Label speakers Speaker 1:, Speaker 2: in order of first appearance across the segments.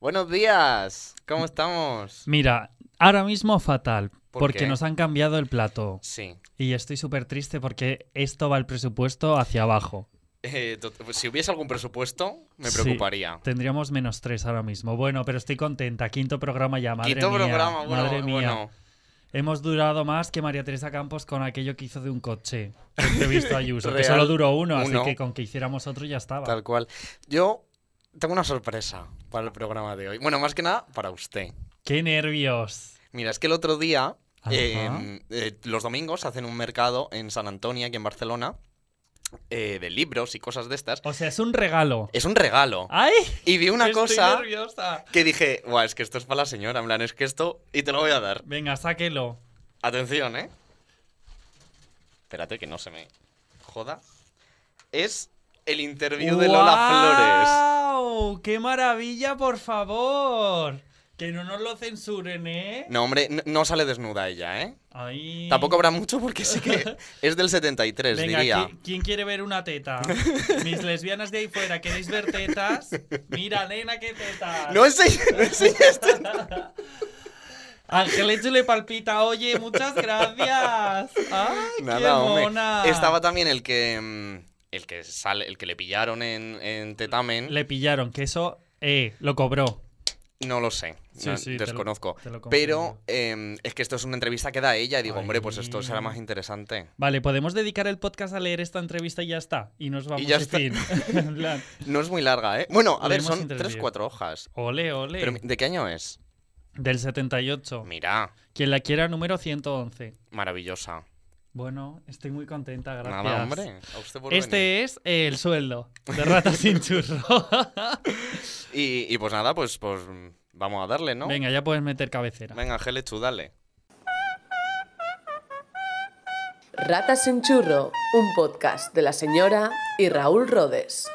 Speaker 1: Buenos días,
Speaker 2: Mm.
Speaker 1: ¿cómo estamos?
Speaker 2: Mira, ahora mismo fatal,
Speaker 1: ¿Por
Speaker 2: porque
Speaker 1: qué?
Speaker 2: nos han cambiado el plato.
Speaker 1: Sí.
Speaker 2: Y estoy súper triste porque esto va el presupuesto hacia abajo.
Speaker 1: Eh, tot- pues si hubiese algún presupuesto, me
Speaker 2: Sí.
Speaker 1: preocuparía.
Speaker 2: Tendríamos menos tres ahora mismo. Bueno, pero estoy contenta. Quinto programa ya, madre
Speaker 1: Quito
Speaker 2: mía.
Speaker 1: programa, bueno,
Speaker 2: madre mía.
Speaker 1: bueno.
Speaker 2: Hemos durado más que María Teresa Campos con aquello que hizo de un coche. que he visto a Ayuso, que
Speaker 1: Real.
Speaker 2: solo duró uno, así
Speaker 1: Uno.
Speaker 2: que con que hiciéramos otro ya estaba.
Speaker 1: Tal cual. Yo tengo una sorpresa para el programa de hoy. Bueno, más que nada para usted.
Speaker 2: ¡Qué nervios!
Speaker 1: Mira, es que el otro día,
Speaker 2: Ajá.
Speaker 1: eh, eh, los domingos hacen un mercado en San Antonio, aquí en Barcelona, eh, de libros y cosas de estas.
Speaker 2: O sea, es un regalo.
Speaker 1: Es un regalo.
Speaker 2: ¡Ay!
Speaker 1: Y vi Eh, una
Speaker 2: Ah, estoy
Speaker 1: cosa
Speaker 2: nerviosa.
Speaker 1: que dije, guau, es que esto es para la señora, en plan, es que esto... Y te lo voy a dar.
Speaker 2: Venga, sáquelo.
Speaker 1: Atención, ¿eh? Espérate que no se me joda. Es el interview de Lola
Speaker 2: ¡Guau! ¡Qué maravilla, por favor! Que no nos lo censuren, ¿eh?
Speaker 1: Flores. No, hombre, n- no sale desnuda ella, ¿eh?
Speaker 2: Ay.
Speaker 1: Tampoco habrá mucho porque sí que es del 73,
Speaker 2: Venga,
Speaker 1: diría.
Speaker 2: ¿qui- ¿quién quiere ver una teta? Mis lesbianas de ahí fuera, ¿queréis ver tetas? Mira, nena, qué tetas.
Speaker 1: No es ella, no es ella, es del-
Speaker 2: Angelito le palpita, oye, muchas gracias. ¡Ay, qué
Speaker 1: Nada, hombre.
Speaker 2: mona!
Speaker 1: Estaba también el que... mm, El que sale, el que le pillaron en, en Tetamen.
Speaker 2: Le pillaron, que eso, eh, lo cobró.
Speaker 1: No lo sé,
Speaker 2: Sí,
Speaker 1: no-
Speaker 2: sí, te lo-
Speaker 1: desconozco.
Speaker 2: te lo confirmo.
Speaker 1: Pero eh, es que esto es una entrevista que da ella y digo, hombre, pues esto
Speaker 2: Ay.
Speaker 1: será más interesante.
Speaker 2: Vale, podemos dedicar el podcast a leer esta entrevista y ya está. Y nos vamos
Speaker 1: ya
Speaker 2: al
Speaker 1: está.
Speaker 2: fin. En plan,
Speaker 1: No es muy larga, ¿eh? Bueno, a ver,
Speaker 2: Leemos
Speaker 1: son
Speaker 2: entre
Speaker 1: tres,
Speaker 2: diez.
Speaker 1: cuatro hojas.
Speaker 2: ole, ole.
Speaker 1: Pero, ¿de qué año es?
Speaker 2: Del 78.
Speaker 1: Mira,
Speaker 2: Quien la quiera, número 111.
Speaker 1: maravillosa.
Speaker 2: Bueno, estoy muy contenta, gracias.
Speaker 1: Nada, hombre. A usted por venir.
Speaker 2: Este es eh, el sueldo de Rata sin Churro.
Speaker 1: Y, y pues nada, pues, pues vamos a darle, ¿no?
Speaker 2: Venga, ya puedes meter cabecera.
Speaker 1: Venga, Gele, tú dale.
Speaker 3: Ratas en Churro, un podcast de la señora y Raúl Rodes.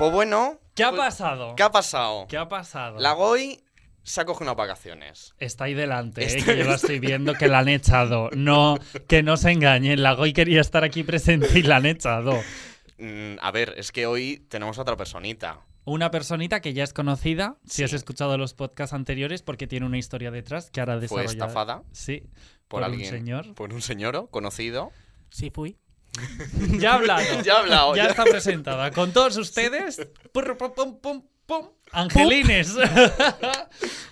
Speaker 1: Pues bueno.
Speaker 2: ¿Qué ha
Speaker 1: pues,
Speaker 2: pasado?
Speaker 1: ¿Qué ha pasado?
Speaker 2: ¿Qué ha pasado?
Speaker 1: La Goy se ha cogido unas vacaciones.
Speaker 2: Está ahí delante, eh,
Speaker 1: Está-
Speaker 2: que yo la estoy viendo, que la han echado. No, que no se engañen. La Goy quería estar aquí presente y la han echado.
Speaker 1: Mm, a ver, es que hoy tenemos a otra personita.
Speaker 2: Una personita que ya es conocida, si
Speaker 1: Sí.
Speaker 2: has escuchado los podcasts anteriores, porque tiene una historia detrás que ahora
Speaker 1: Fue
Speaker 2: desarrollará.
Speaker 1: estafada
Speaker 2: Sí,
Speaker 1: por,
Speaker 2: por, un
Speaker 1: alguien.
Speaker 2: señor.
Speaker 1: Por un señor conocido.
Speaker 4: Sí fui.
Speaker 2: Ya ha hablado.
Speaker 1: Ya ha hablado,
Speaker 2: Ya
Speaker 1: ya.
Speaker 2: está presentada. Con todos ustedes. Purru, pum, pum, pum, pum. Angelines.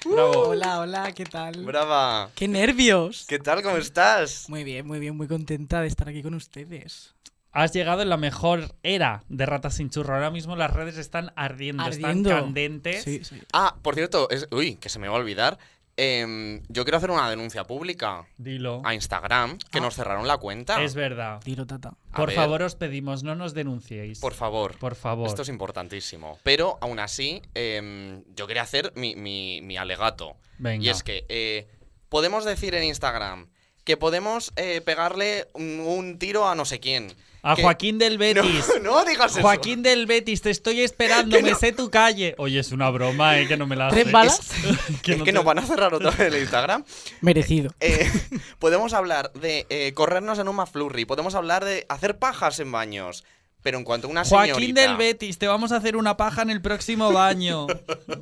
Speaker 2: Bravo.
Speaker 4: Hola, hola, ¿qué
Speaker 2: Mm.
Speaker 4: tal?
Speaker 1: Brava.
Speaker 4: ¡Qué nervios!
Speaker 1: ¿Qué tal? ¿Cómo estás?
Speaker 4: Muy bien, muy bien, muy contenta de estar aquí con ustedes.
Speaker 2: Has llegado en la mejor era de Ratas sin Churro. Ahora mismo las redes están ardiendo,
Speaker 4: Ardiendo.
Speaker 2: están candentes.
Speaker 4: Sí, sí.
Speaker 1: Ah, por cierto, es- uy, que se me va a olvidar. Em, yo quiero hacer una denuncia pública
Speaker 2: Dilo.
Speaker 1: a Instagram, que
Speaker 4: Ah.
Speaker 1: nos cerraron la cuenta.
Speaker 2: Es verdad.
Speaker 4: Tiro tata.
Speaker 1: A
Speaker 2: Por
Speaker 1: ver,
Speaker 2: favor, os pedimos, no nos denunciéis.
Speaker 1: Por favor.
Speaker 2: Por favor.
Speaker 1: Esto es importantísimo. Pero aún así, em, yo quería hacer mi, mi- mi alegato.
Speaker 2: Venga.
Speaker 1: Y es que eh, podemos decir en Instagram que podemos eh, pegarle un, un tiro a no sé quién.
Speaker 2: A
Speaker 1: Que-
Speaker 2: Joaquín del
Speaker 1: No,
Speaker 2: Betis.
Speaker 1: no digas eso.
Speaker 2: Joaquín del Betis, te estoy esperando, me sé tu calle. Oye, es una broma, eh, que no me la
Speaker 4: ¿Tres
Speaker 2: haces.
Speaker 4: balas?
Speaker 2: Que
Speaker 1: es
Speaker 2: no
Speaker 1: que
Speaker 2: te-
Speaker 1: nos van a cerrar otra vez el Instagram.
Speaker 4: Merecido.
Speaker 1: Eh, podemos hablar de eh, corrernos en un McFlurry, podemos hablar de hacer pajas en baños, pero en cuanto a una
Speaker 2: Joaquín
Speaker 1: señorita...
Speaker 2: del Betis, te vamos a hacer una paja en el próximo baño.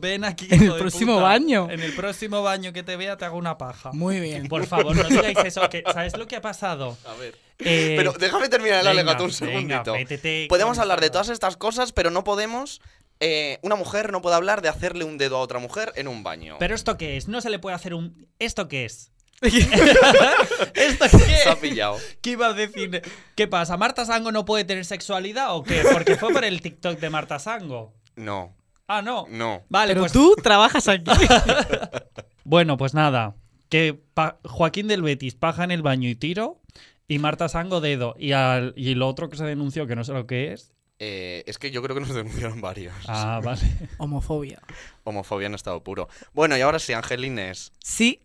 Speaker 2: Ven aquí.
Speaker 4: ¿En
Speaker 2: hijo
Speaker 4: el
Speaker 2: de
Speaker 4: próximo
Speaker 2: puta.
Speaker 4: baño?
Speaker 2: En el próximo baño que te vea te hago una paja.
Speaker 4: Muy bien.
Speaker 2: Por favor, no digáis eso. Que, ¿Sabes lo que ha pasado?
Speaker 1: A ver.
Speaker 2: Eh,
Speaker 1: Pero déjame terminar el
Speaker 2: venga,
Speaker 1: alegato un
Speaker 2: venga,
Speaker 1: segundito.
Speaker 2: métete
Speaker 1: podemos
Speaker 2: con
Speaker 1: hablar de
Speaker 2: esta-
Speaker 1: todas estas cosas, pero no podemos... eh, una mujer no puede hablar de hacerle un dedo a otra mujer en un baño.
Speaker 2: Pero esto qué es? No se le puede hacer un. ¿Esto qué es? ¿Esto qué
Speaker 1: Se ha
Speaker 2: es?
Speaker 1: pillado.
Speaker 2: ¿Qué iba a decir? ¿Qué pasa? ¿Marta Sango no puede tener sexualidad o qué? Porque fue por el TikTok de Marta Sango.
Speaker 1: No,
Speaker 2: Ah, no.
Speaker 1: no.
Speaker 2: Vale,
Speaker 4: Pero
Speaker 2: pues.
Speaker 4: tú trabajas aquí.
Speaker 2: Bueno, pues nada. Que pa- Joaquín del Betis paja en el baño y tiro. Y Marta Sango dedo. Y, al, y lo otro que se denunció, que no sé lo que es.
Speaker 1: Eh, es que yo creo que nos denunciaron varios.
Speaker 2: Ah, vale.
Speaker 4: Homofobia.
Speaker 1: Homofobia en estado puro. Bueno, y ahora sí, Angelines.
Speaker 4: Sí.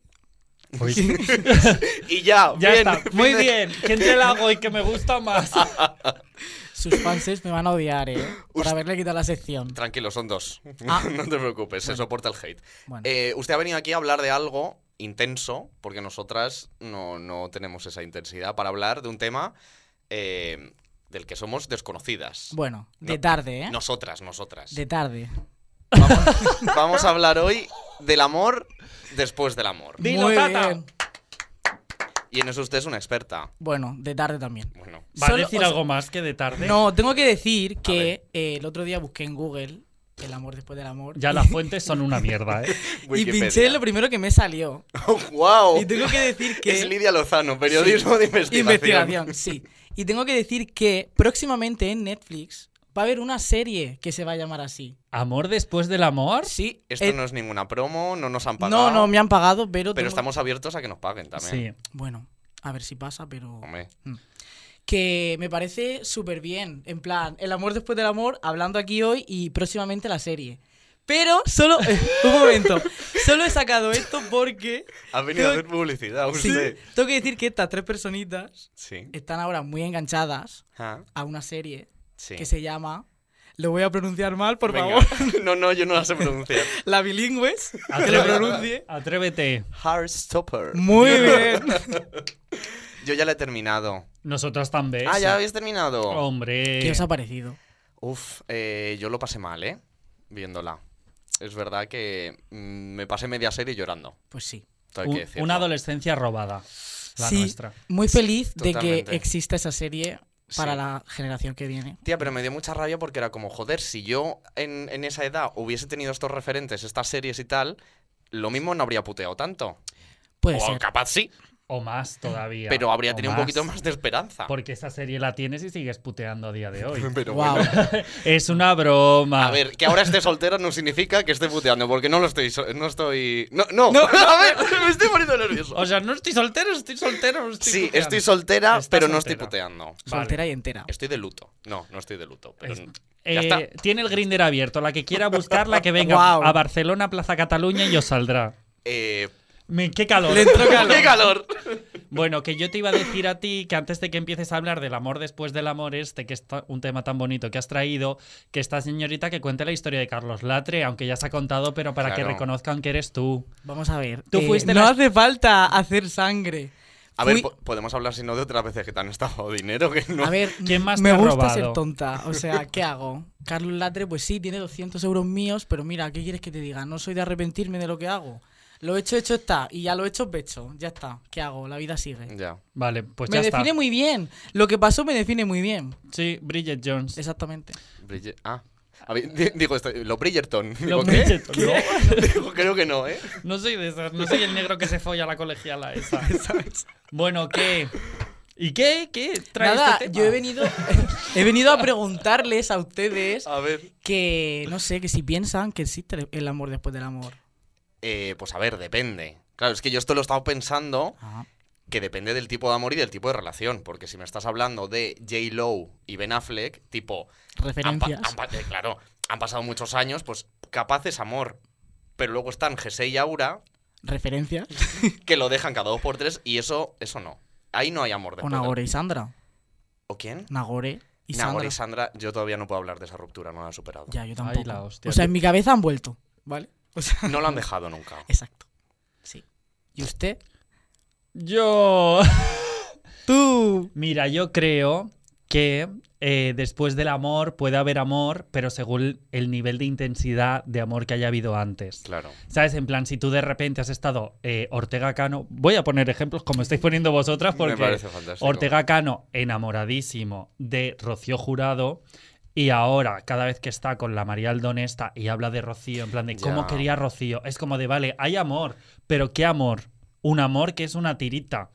Speaker 1: Y ya,
Speaker 2: ya
Speaker 1: bien,
Speaker 2: está.
Speaker 1: fin
Speaker 2: Muy
Speaker 1: de-
Speaker 2: bien. ¿Quién te la hago y que me gusta más?
Speaker 4: Sus fanses me van a odiar, ¿eh? Por
Speaker 1: Ust-
Speaker 4: haberle quitado la sección.
Speaker 1: Tranquilo, son dos.
Speaker 4: Ah.
Speaker 1: no te preocupes, se soporta el hate.
Speaker 4: Bueno.
Speaker 1: Eh, usted ha venido aquí a hablar de algo intenso, porque nosotras no, no tenemos esa intensidad para hablar de un tema eh, del que somos desconocidas.
Speaker 4: Bueno, de
Speaker 1: no.
Speaker 4: tarde, ¿eh?
Speaker 1: Nosotras, nosotras.
Speaker 4: De tarde.
Speaker 1: Vamos, vamos a hablar hoy del amor después del amor.
Speaker 2: Dilo,
Speaker 4: Muy
Speaker 2: Tata.
Speaker 4: bien.
Speaker 1: Y en eso usted es una experta.
Speaker 4: Bueno, de tarde también.
Speaker 1: Bueno,
Speaker 2: ¿Va a
Speaker 4: Solo-
Speaker 2: decir
Speaker 4: o sea,
Speaker 2: algo más que de tarde?
Speaker 4: No, tengo que decir
Speaker 1: ver.
Speaker 4: que eh, el otro día busqué en Google el amor después del amor.
Speaker 2: Ya las fuentes son una mierda, ¿eh?
Speaker 4: y pinché en lo primero que me salió.
Speaker 1: ¡Wow!
Speaker 4: Y tengo que decir que.
Speaker 1: Oh. Es Lidia Lozano, periodismo de investigación.
Speaker 4: Investigación, sí. Y tengo que decir que próximamente en Netflix va a haber una serie que se va a llamar así.
Speaker 2: ¿Amor después del amor?
Speaker 4: Sí.
Speaker 1: Esto
Speaker 4: eh,
Speaker 1: no es ninguna promo, no nos han pagado.
Speaker 4: no, no, me han pagado,
Speaker 1: Pero
Speaker 4: pero. tengo-
Speaker 1: estamos abiertos a que nos paguen también.
Speaker 2: Sí.
Speaker 4: Bueno, a ver si pasa, pero.
Speaker 1: Hombre.
Speaker 4: Que me parece súper bien. En plan, el amor después del amor, hablando aquí hoy y próximamente la serie. Pero solo. un momento. Solo he sacado esto porque.
Speaker 1: Has venido a
Speaker 4: Tengo-
Speaker 1: hacer publicidad,
Speaker 4: Sí,
Speaker 1: usted.
Speaker 4: tengo que decir que estas tres personitas
Speaker 1: Sí.
Speaker 4: están ahora muy enganchadas
Speaker 1: Ah,
Speaker 4: a una serie
Speaker 1: sí.
Speaker 4: que se llama. Lo voy a pronunciar mal, por
Speaker 1: Venga.
Speaker 4: favor.
Speaker 1: No, no, yo no la sé pronunciar.
Speaker 4: La bilingües. Que lo
Speaker 2: Atrévete.
Speaker 4: pronuncie.
Speaker 2: Atrévete.
Speaker 1: Heartstopper.
Speaker 4: Muy bien.
Speaker 1: Yo ya la he terminado.
Speaker 2: Nosotras también.
Speaker 1: Ah, ya habéis terminado.
Speaker 4: Oh.
Speaker 1: Eh.
Speaker 2: Hombre.
Speaker 4: ¿Qué os ha parecido?
Speaker 1: Uf, eh, yo lo pasé mal, ¿eh? Viéndola. Es verdad que mm, me pasé media serie llorando.
Speaker 4: Pues sí.
Speaker 1: Todo hay
Speaker 2: Un-
Speaker 1: que decirlo.
Speaker 2: una adolescencia robada. La
Speaker 4: sí,
Speaker 2: nuestra.
Speaker 4: muy feliz de
Speaker 1: Totalmente.
Speaker 4: que exista esa serie para
Speaker 1: Sí.
Speaker 4: la generación que viene.
Speaker 1: Tía, pero me dio mucha rabia porque era como, joder, si yo en, en esa edad hubiese tenido estos referentes, estas series y tal, lo mismo no habría puteado tanto.
Speaker 4: Puede
Speaker 1: o
Speaker 4: ser.
Speaker 1: capaz sí,
Speaker 2: O más todavía.
Speaker 1: pero habría
Speaker 2: O
Speaker 1: tenido un poquito más de esperanza.
Speaker 2: Porque esa serie la tienes y sigues puteando a día de hoy.
Speaker 1: Pero
Speaker 4: Guau.
Speaker 1: bueno.
Speaker 2: es una broma.
Speaker 1: A ver, que ahora esté soltero no significa que esté puteando, porque no lo estoy. so- No estoy. No, no. a ver, me estoy poniendo nervioso.
Speaker 2: O sea, no estoy soltero, estoy soltero. Estoy
Speaker 1: sí,
Speaker 2: puteando.
Speaker 1: estoy soltera,
Speaker 2: Estás
Speaker 1: pero no estoy
Speaker 2: soltera.
Speaker 1: puteando.
Speaker 2: Vale.
Speaker 4: Soltera y entera.
Speaker 1: Estoy de luto. No, no estoy de luto. Pero
Speaker 2: Es-
Speaker 1: n-
Speaker 2: Eh,
Speaker 1: ya está.
Speaker 2: tiene el grinder abierto. La que quiera buscar, la que venga
Speaker 4: Guau.
Speaker 2: a Barcelona, Plaza Cataluña y os saldrá.
Speaker 1: Eh,
Speaker 2: Me- qué calor.
Speaker 4: Le entró calor.
Speaker 1: ¡Qué calor!
Speaker 2: Bueno, que yo te iba a decir a ti que antes de que empieces a hablar del amor después del amor, este que es ta- un tema tan bonito que has traído, que esta señorita que cuente la historia de Carlos Latre, aunque ya se ha contado, pero para que
Speaker 1: Claro.
Speaker 2: reconozcan que eres tú.
Speaker 4: Vamos a ver. Eh,
Speaker 2: Tú fuiste
Speaker 4: no
Speaker 2: la-
Speaker 4: hace falta hacer sangre.
Speaker 1: A ver,
Speaker 4: Fui-
Speaker 1: po- podemos hablar si no de otras veces que te han estafado dinero. Que no.
Speaker 4: a ver,
Speaker 2: ¿Quién más
Speaker 4: me
Speaker 2: te ha
Speaker 4: gusta
Speaker 2: robado?
Speaker 4: ser tonta. O sea, ¿qué hago? Carlos Latre, pues sí, tiene 200 euros míos, pero mira, ¿qué quieres que te diga? No soy de arrepentirme de lo que hago. Lo hecho, hecho está. Y ya lo hecho, pecho. Ya está. ¿Qué hago? La vida sigue.
Speaker 1: Ya.
Speaker 2: Vale, pues
Speaker 4: me
Speaker 2: ya
Speaker 4: define
Speaker 2: está.
Speaker 4: muy bien. Lo que pasó me define muy bien.
Speaker 2: Sí, Bridget Jones.
Speaker 4: Exactamente.
Speaker 1: Bridge- Ah. A ver, di- digo esto, lo Bridgerton. Digo,
Speaker 2: Los
Speaker 1: ¿qué?
Speaker 2: Bridget-
Speaker 1: ¿Qué? Digo, creo que no, ¿eh?
Speaker 2: No, no soy de esas, no soy el negro que se folla a la colegiala esa. Bueno, ¿qué? ¿Y qué? ¿Qué trae
Speaker 4: Nada,
Speaker 2: este tema?
Speaker 4: yo he venido, he venido a preguntarles a ustedes
Speaker 1: A ver.
Speaker 4: que, no sé, que si piensan que existe el amor después del amor.
Speaker 1: Eh, pues a ver, depende. Claro, es que yo esto lo he estado pensando que depende del tipo de amor y del tipo de relación. Porque si me estás hablando de J. Lowe y Ben Affleck, tipo, han pa-
Speaker 4: Referencias.
Speaker 1: han pa- eh, claro, han pasado muchos años, pues capaz es amor. Pero luego están Jesse y Aura,
Speaker 4: Referencias.
Speaker 1: que lo dejan cada dos por tres, y eso, eso no. Ahí no hay amor
Speaker 4: O
Speaker 1: después. del-
Speaker 4: Nagore y Sandra.
Speaker 1: ¿O quién?
Speaker 4: Nagore y Sandra.
Speaker 1: Nagore y Sandra, yo todavía no puedo hablar de esa ruptura, no la han superado.
Speaker 4: Ya, yo
Speaker 2: Ay,
Speaker 4: tampoco.
Speaker 2: la hostia.
Speaker 4: o sea, en mi cabeza han vuelto. ¿Vale? O sea,
Speaker 1: No la han dejado nunca.
Speaker 4: exacto. Sí. ¿Y usted?
Speaker 2: Yo.
Speaker 4: Tú.
Speaker 2: Mira, yo creo que eh, después del amor puede haber amor, pero según el nivel de intensidad de amor que haya habido antes.
Speaker 1: Claro.
Speaker 2: ¿Sabes? En plan, si tú de repente has estado eh, Ortega Cano, voy a poner ejemplos como estáis poniendo vosotras, porque
Speaker 1: Me parece fantástico.
Speaker 2: Ortega Cano enamoradísimo de Rocío Jurado. Y ahora, cada vez que está con la María Aldonesta y habla de Rocío, en plan de cómo
Speaker 1: Ya.
Speaker 2: quería a Rocío, es como de, vale, hay amor, pero ¿qué amor? Un amor que es una tirita.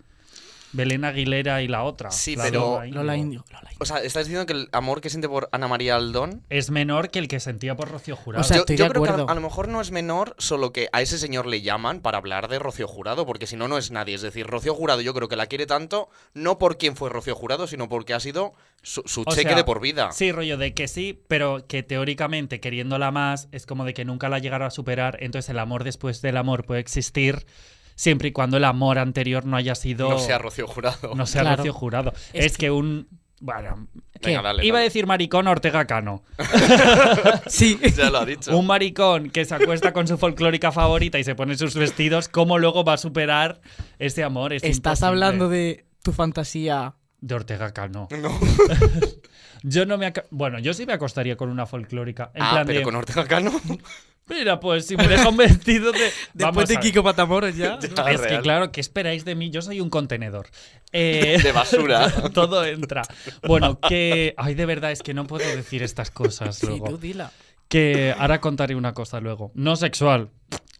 Speaker 2: Belén Aguilera y la otra.
Speaker 1: Sí,
Speaker 2: la
Speaker 1: pero-
Speaker 2: Lola Índigo.
Speaker 4: Lola Indio. Lola Indio.
Speaker 1: O sea, ¿estás diciendo que el amor que siente por Ana María Aldón
Speaker 2: Es menor que el que sentía por Rocío Jurado.
Speaker 4: O sea, estoy de
Speaker 1: creo que a-
Speaker 4: acuerdo.
Speaker 1: a, lo mejor no es menor, solo que a ese señor le llaman para hablar de Rocío Jurado, porque si no, no es nadie. Es decir, Rocío Jurado yo creo que la quiere tanto, no por quién fue Rocío Jurado, sino porque ha sido su, su
Speaker 2: O
Speaker 1: cheque
Speaker 2: sea,
Speaker 1: de por vida.
Speaker 2: Sí, rollo de que sí, pero que teóricamente queriéndola más es como de que nunca la llegará a superar. Entonces el amor después del amor puede existir siempre y cuando el amor anterior no haya sido.
Speaker 1: No sea Rocío Jurado.
Speaker 2: no sea
Speaker 4: Claro.
Speaker 2: Rocío Jurado. Es,
Speaker 4: Es
Speaker 2: que, un. Bueno.
Speaker 1: Venga, dale.
Speaker 2: Iba a
Speaker 1: dale.
Speaker 2: decir maricón Ortega Cano.
Speaker 4: Sí.
Speaker 1: Ya lo ha dicho.
Speaker 2: Un maricón que se acuesta con su folclórica favorita y se pone sus vestidos, ¿cómo luego va a superar ese amor? Es
Speaker 4: Estás
Speaker 2: imposible.
Speaker 4: hablando de tu fantasía.
Speaker 2: De Ortega Cano.
Speaker 1: No.
Speaker 2: Yo no me. aca- Bueno, yo sí me acostaría con una folclórica. En
Speaker 1: ah,
Speaker 2: plan
Speaker 1: pero
Speaker 2: de-
Speaker 1: con Ortega Cano.
Speaker 2: Mira, pues si me deja convencido de.
Speaker 4: Después
Speaker 2: Vamos
Speaker 4: de
Speaker 2: a ver.
Speaker 4: Kiko Matamoros
Speaker 1: Ya,
Speaker 4: ya.
Speaker 2: Es que
Speaker 1: Ah, real.
Speaker 2: claro, ¿qué esperáis de mí? Yo soy un contenedor. Eh,
Speaker 1: De basura.
Speaker 2: todo entra. Bueno, que. Ay, de verdad, es que no puedo decir estas cosas
Speaker 4: Sí, tú
Speaker 2: luego.
Speaker 4: dila.
Speaker 2: Que ahora contaré una cosa luego. No sexual,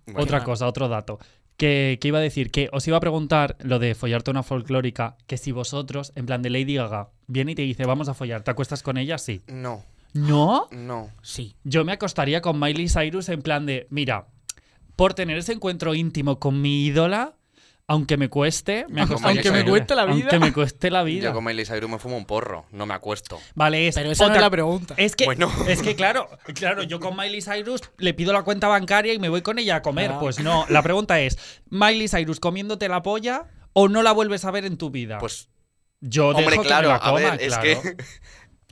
Speaker 1: Bueno,
Speaker 2: otra cosa, otro dato. Que, que iba a decir que os iba a preguntar lo de follarte una folclórica, que si vosotros, en plan de Lady Gaga, viene y te dice, vamos a follar, ¿te acuestas con ella? Sí.
Speaker 1: No,
Speaker 2: ¿No?
Speaker 1: no.
Speaker 4: Sí.
Speaker 2: Yo me acostaría con Miley Cyrus en plan de, mira, por tener ese encuentro íntimo con mi ídola, aunque me cueste, me acostaría
Speaker 1: Aunque
Speaker 2: con
Speaker 1: me
Speaker 2: ella.
Speaker 4: cueste la vida.
Speaker 2: Aunque me cueste la vida.
Speaker 1: Yo con Miley Cyrus me fumo un porro, no me acuesto.
Speaker 2: Vale, es
Speaker 4: Pero esa no
Speaker 2: otra- eh.
Speaker 4: es la pregunta.
Speaker 2: es que,
Speaker 1: Bueno.
Speaker 2: es que claro, claro, yo con Miley Cyrus le pido la cuenta bancaria y me voy con ella a comer.
Speaker 4: Ah.
Speaker 2: Pues no, la pregunta es, ¿Miley Cyrus comiéndote la polla o no la vuelves a ver en tu vida?
Speaker 1: Pues,
Speaker 2: yo dejo
Speaker 1: hombre,
Speaker 2: que
Speaker 1: claro,
Speaker 2: me la
Speaker 1: a
Speaker 2: coma,
Speaker 1: ver,
Speaker 2: claro.
Speaker 1: es que,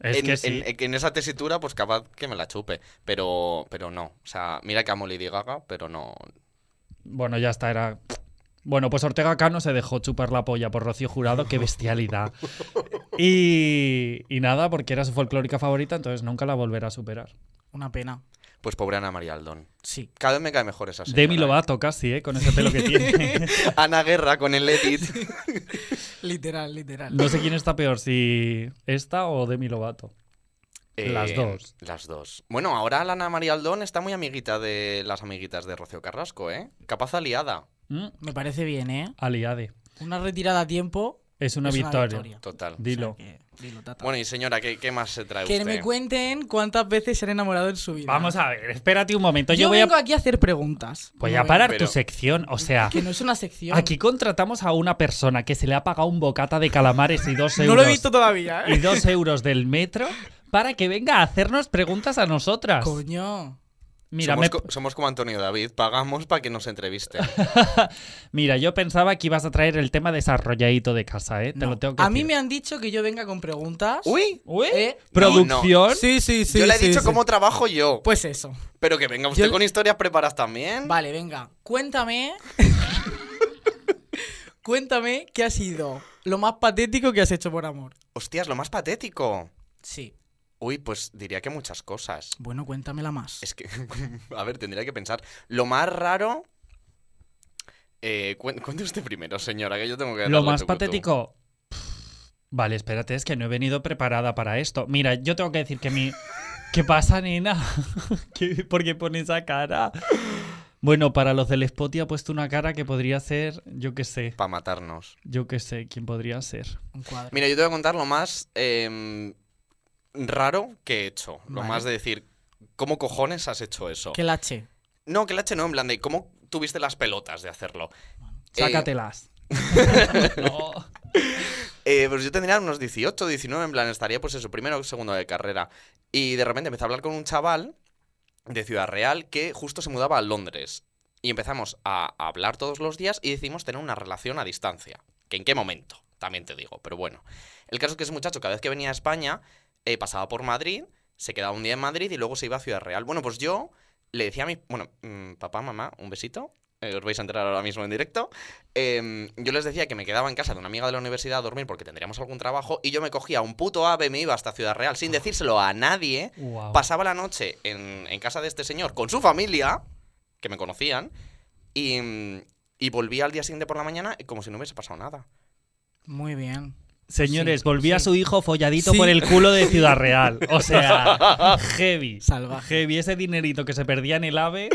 Speaker 2: Es
Speaker 1: en,
Speaker 2: que sí.
Speaker 1: en- en esa tesitura, pues capaz que me la chupe. Pero, pero no. O sea, mira que amo Lady Gaga, pero no.
Speaker 2: Bueno, ya está, era. Bueno, pues Ortega Cano se dejó chupar la polla por Rocío Jurado, qué bestialidad. Y, y nada, porque era su folclórica favorita, entonces nunca la volverá a superar.
Speaker 4: Una pena.
Speaker 1: Pues pobre Ana María Aldón.
Speaker 4: Sí.
Speaker 1: Cada vez me cae mejor esa señora.
Speaker 2: Demi
Speaker 1: ¿eh?
Speaker 2: Lovato casi, ¿eh? Con ese pelo que tiene.
Speaker 1: Ana Guerra con el edit.
Speaker 4: Literal, literal.
Speaker 2: No sé quién está peor, si esta o Demi Lovato.
Speaker 1: Eh,
Speaker 2: Las dos.
Speaker 1: Las dos. Bueno, ahora la Ana María Aldón está muy amiguita de las amiguitas de Rocío Carrasco, ¿eh? Capaz aliada.
Speaker 2: Mm,
Speaker 4: Me parece bien, ¿eh?
Speaker 2: Aliade.
Speaker 4: Una retirada a tiempo.
Speaker 2: Es una
Speaker 4: Es una
Speaker 2: victoria.
Speaker 4: victoria.
Speaker 1: Total.
Speaker 4: o sea
Speaker 2: Dilo.
Speaker 4: que- dilo, tata.
Speaker 1: Bueno, y señora, ¿qué, qué más se trae
Speaker 4: que
Speaker 1: usted?
Speaker 4: me cuenten cuántas veces se han enamorado en su vida.
Speaker 2: Vamos a ver, espérate un momento.
Speaker 4: Yo,
Speaker 2: Yo, voy a,
Speaker 4: vengo aquí a hacer preguntas.
Speaker 2: voy
Speaker 4: No
Speaker 2: a
Speaker 4: vengo-
Speaker 2: parar
Speaker 1: Pero-
Speaker 2: tu sección, o sea.
Speaker 4: Que no es una sección.
Speaker 2: Aquí contratamos a una persona que se le ha pagado un bocata de calamares y dos
Speaker 4: no
Speaker 2: euros.
Speaker 4: lo he visto todavía,
Speaker 2: y
Speaker 4: ¿eh?
Speaker 2: dos euros del metro para que venga a hacernos preguntas a nosotras.
Speaker 4: Coño.
Speaker 2: Mira,
Speaker 1: somos,
Speaker 2: me-
Speaker 1: co- somos como Antonio David, pagamos para que nos entreviste.
Speaker 2: mira, yo pensaba que ibas a traer el tema desarrolladito de casa, ¿eh? Te
Speaker 4: No.
Speaker 2: lo tengo que
Speaker 4: a mí me
Speaker 2: decir.
Speaker 4: han dicho que yo venga con preguntas.
Speaker 1: ¡Uy!
Speaker 2: Uy,
Speaker 4: ¿Eh?
Speaker 2: ¿Producción?
Speaker 4: Sí, sí, sí.
Speaker 1: yo le he
Speaker 4: sí,
Speaker 1: dicho
Speaker 4: sí.
Speaker 1: cómo trabajo yo.
Speaker 4: Pues eso.
Speaker 1: Pero que venga usted
Speaker 4: Yo le-
Speaker 1: con historias preparadas también.
Speaker 4: Vale, venga. Cuéntame. cuéntame qué ha sido lo más patético que has hecho por amor.
Speaker 1: Hostias, lo más patético.
Speaker 4: Sí.
Speaker 1: Uy, pues diría que muchas cosas.
Speaker 4: Bueno, cuéntamela más.
Speaker 1: Es que, a ver, tendría que pensar. Lo más raro... Eh, cuen- cuente usted primero, señora, que yo tengo que...
Speaker 2: Lo
Speaker 1: darle
Speaker 2: más
Speaker 1: tucutú.
Speaker 2: patético. Pff, Vale, espérate, es que no he venido preparada para esto. Mira, yo tengo que decir que mi. ¿Qué pasa, nena? ¿Qué- ¿Por qué pone esa cara? Bueno, para los del Spotty ha puesto una cara que podría ser, yo qué sé,
Speaker 1: Para matarnos.
Speaker 2: yo qué sé, ¿quién podría ser?
Speaker 4: Un cuadro.
Speaker 1: Mira, yo te voy a contar lo más em, raro que he hecho. Lo
Speaker 4: Vale.
Speaker 1: más de decir, ¿cómo cojones has hecho eso?
Speaker 4: Que la che.
Speaker 1: No, que la H no, en plan de ¿cómo tuviste las pelotas de hacerlo? Eh,
Speaker 2: Sácatelas. No.
Speaker 1: Eh, pues yo tendría unos 18, 19, en plan, estaría pues eso, primero o segundo de carrera. Y de repente empecé a hablar con un chaval de Ciudad Real que justo se mudaba a Londres. Y empezamos a a hablar todos los días y decidimos tener una relación a distancia. Que en qué momento, también te digo, pero bueno. El caso es que ese muchacho cada vez que venía a España eh, pasaba por Madrid, se quedaba un día en Madrid y luego se iba a Ciudad Real. Bueno, pues yo le decía a mi... Bueno, mm, papá, mamá, un besito. eh, os vais a enterar ahora mismo en directo. Em, yo les decía que me quedaba en casa de una amiga de la universidad a dormir porque tendríamos algún trabajo y yo me cogía un puto ave, me iba hasta Ciudad Real
Speaker 4: Ah.
Speaker 1: sin decírselo a nadie,
Speaker 2: Guau.
Speaker 1: pasaba la noche en, en casa de este señor con su familia, que me conocían, y, mm, y volvía al día siguiente por la mañana como si no hubiese pasado nada.
Speaker 4: Muy bien.
Speaker 2: Señores,
Speaker 4: Sí,
Speaker 2: volvía
Speaker 4: sí.
Speaker 2: su hijo folladito
Speaker 4: Sí.
Speaker 2: por el culo de Ciudad Real. O sea, heavy.
Speaker 4: Salvaje.
Speaker 2: Heavy ese dinerito que se perdía en el ave,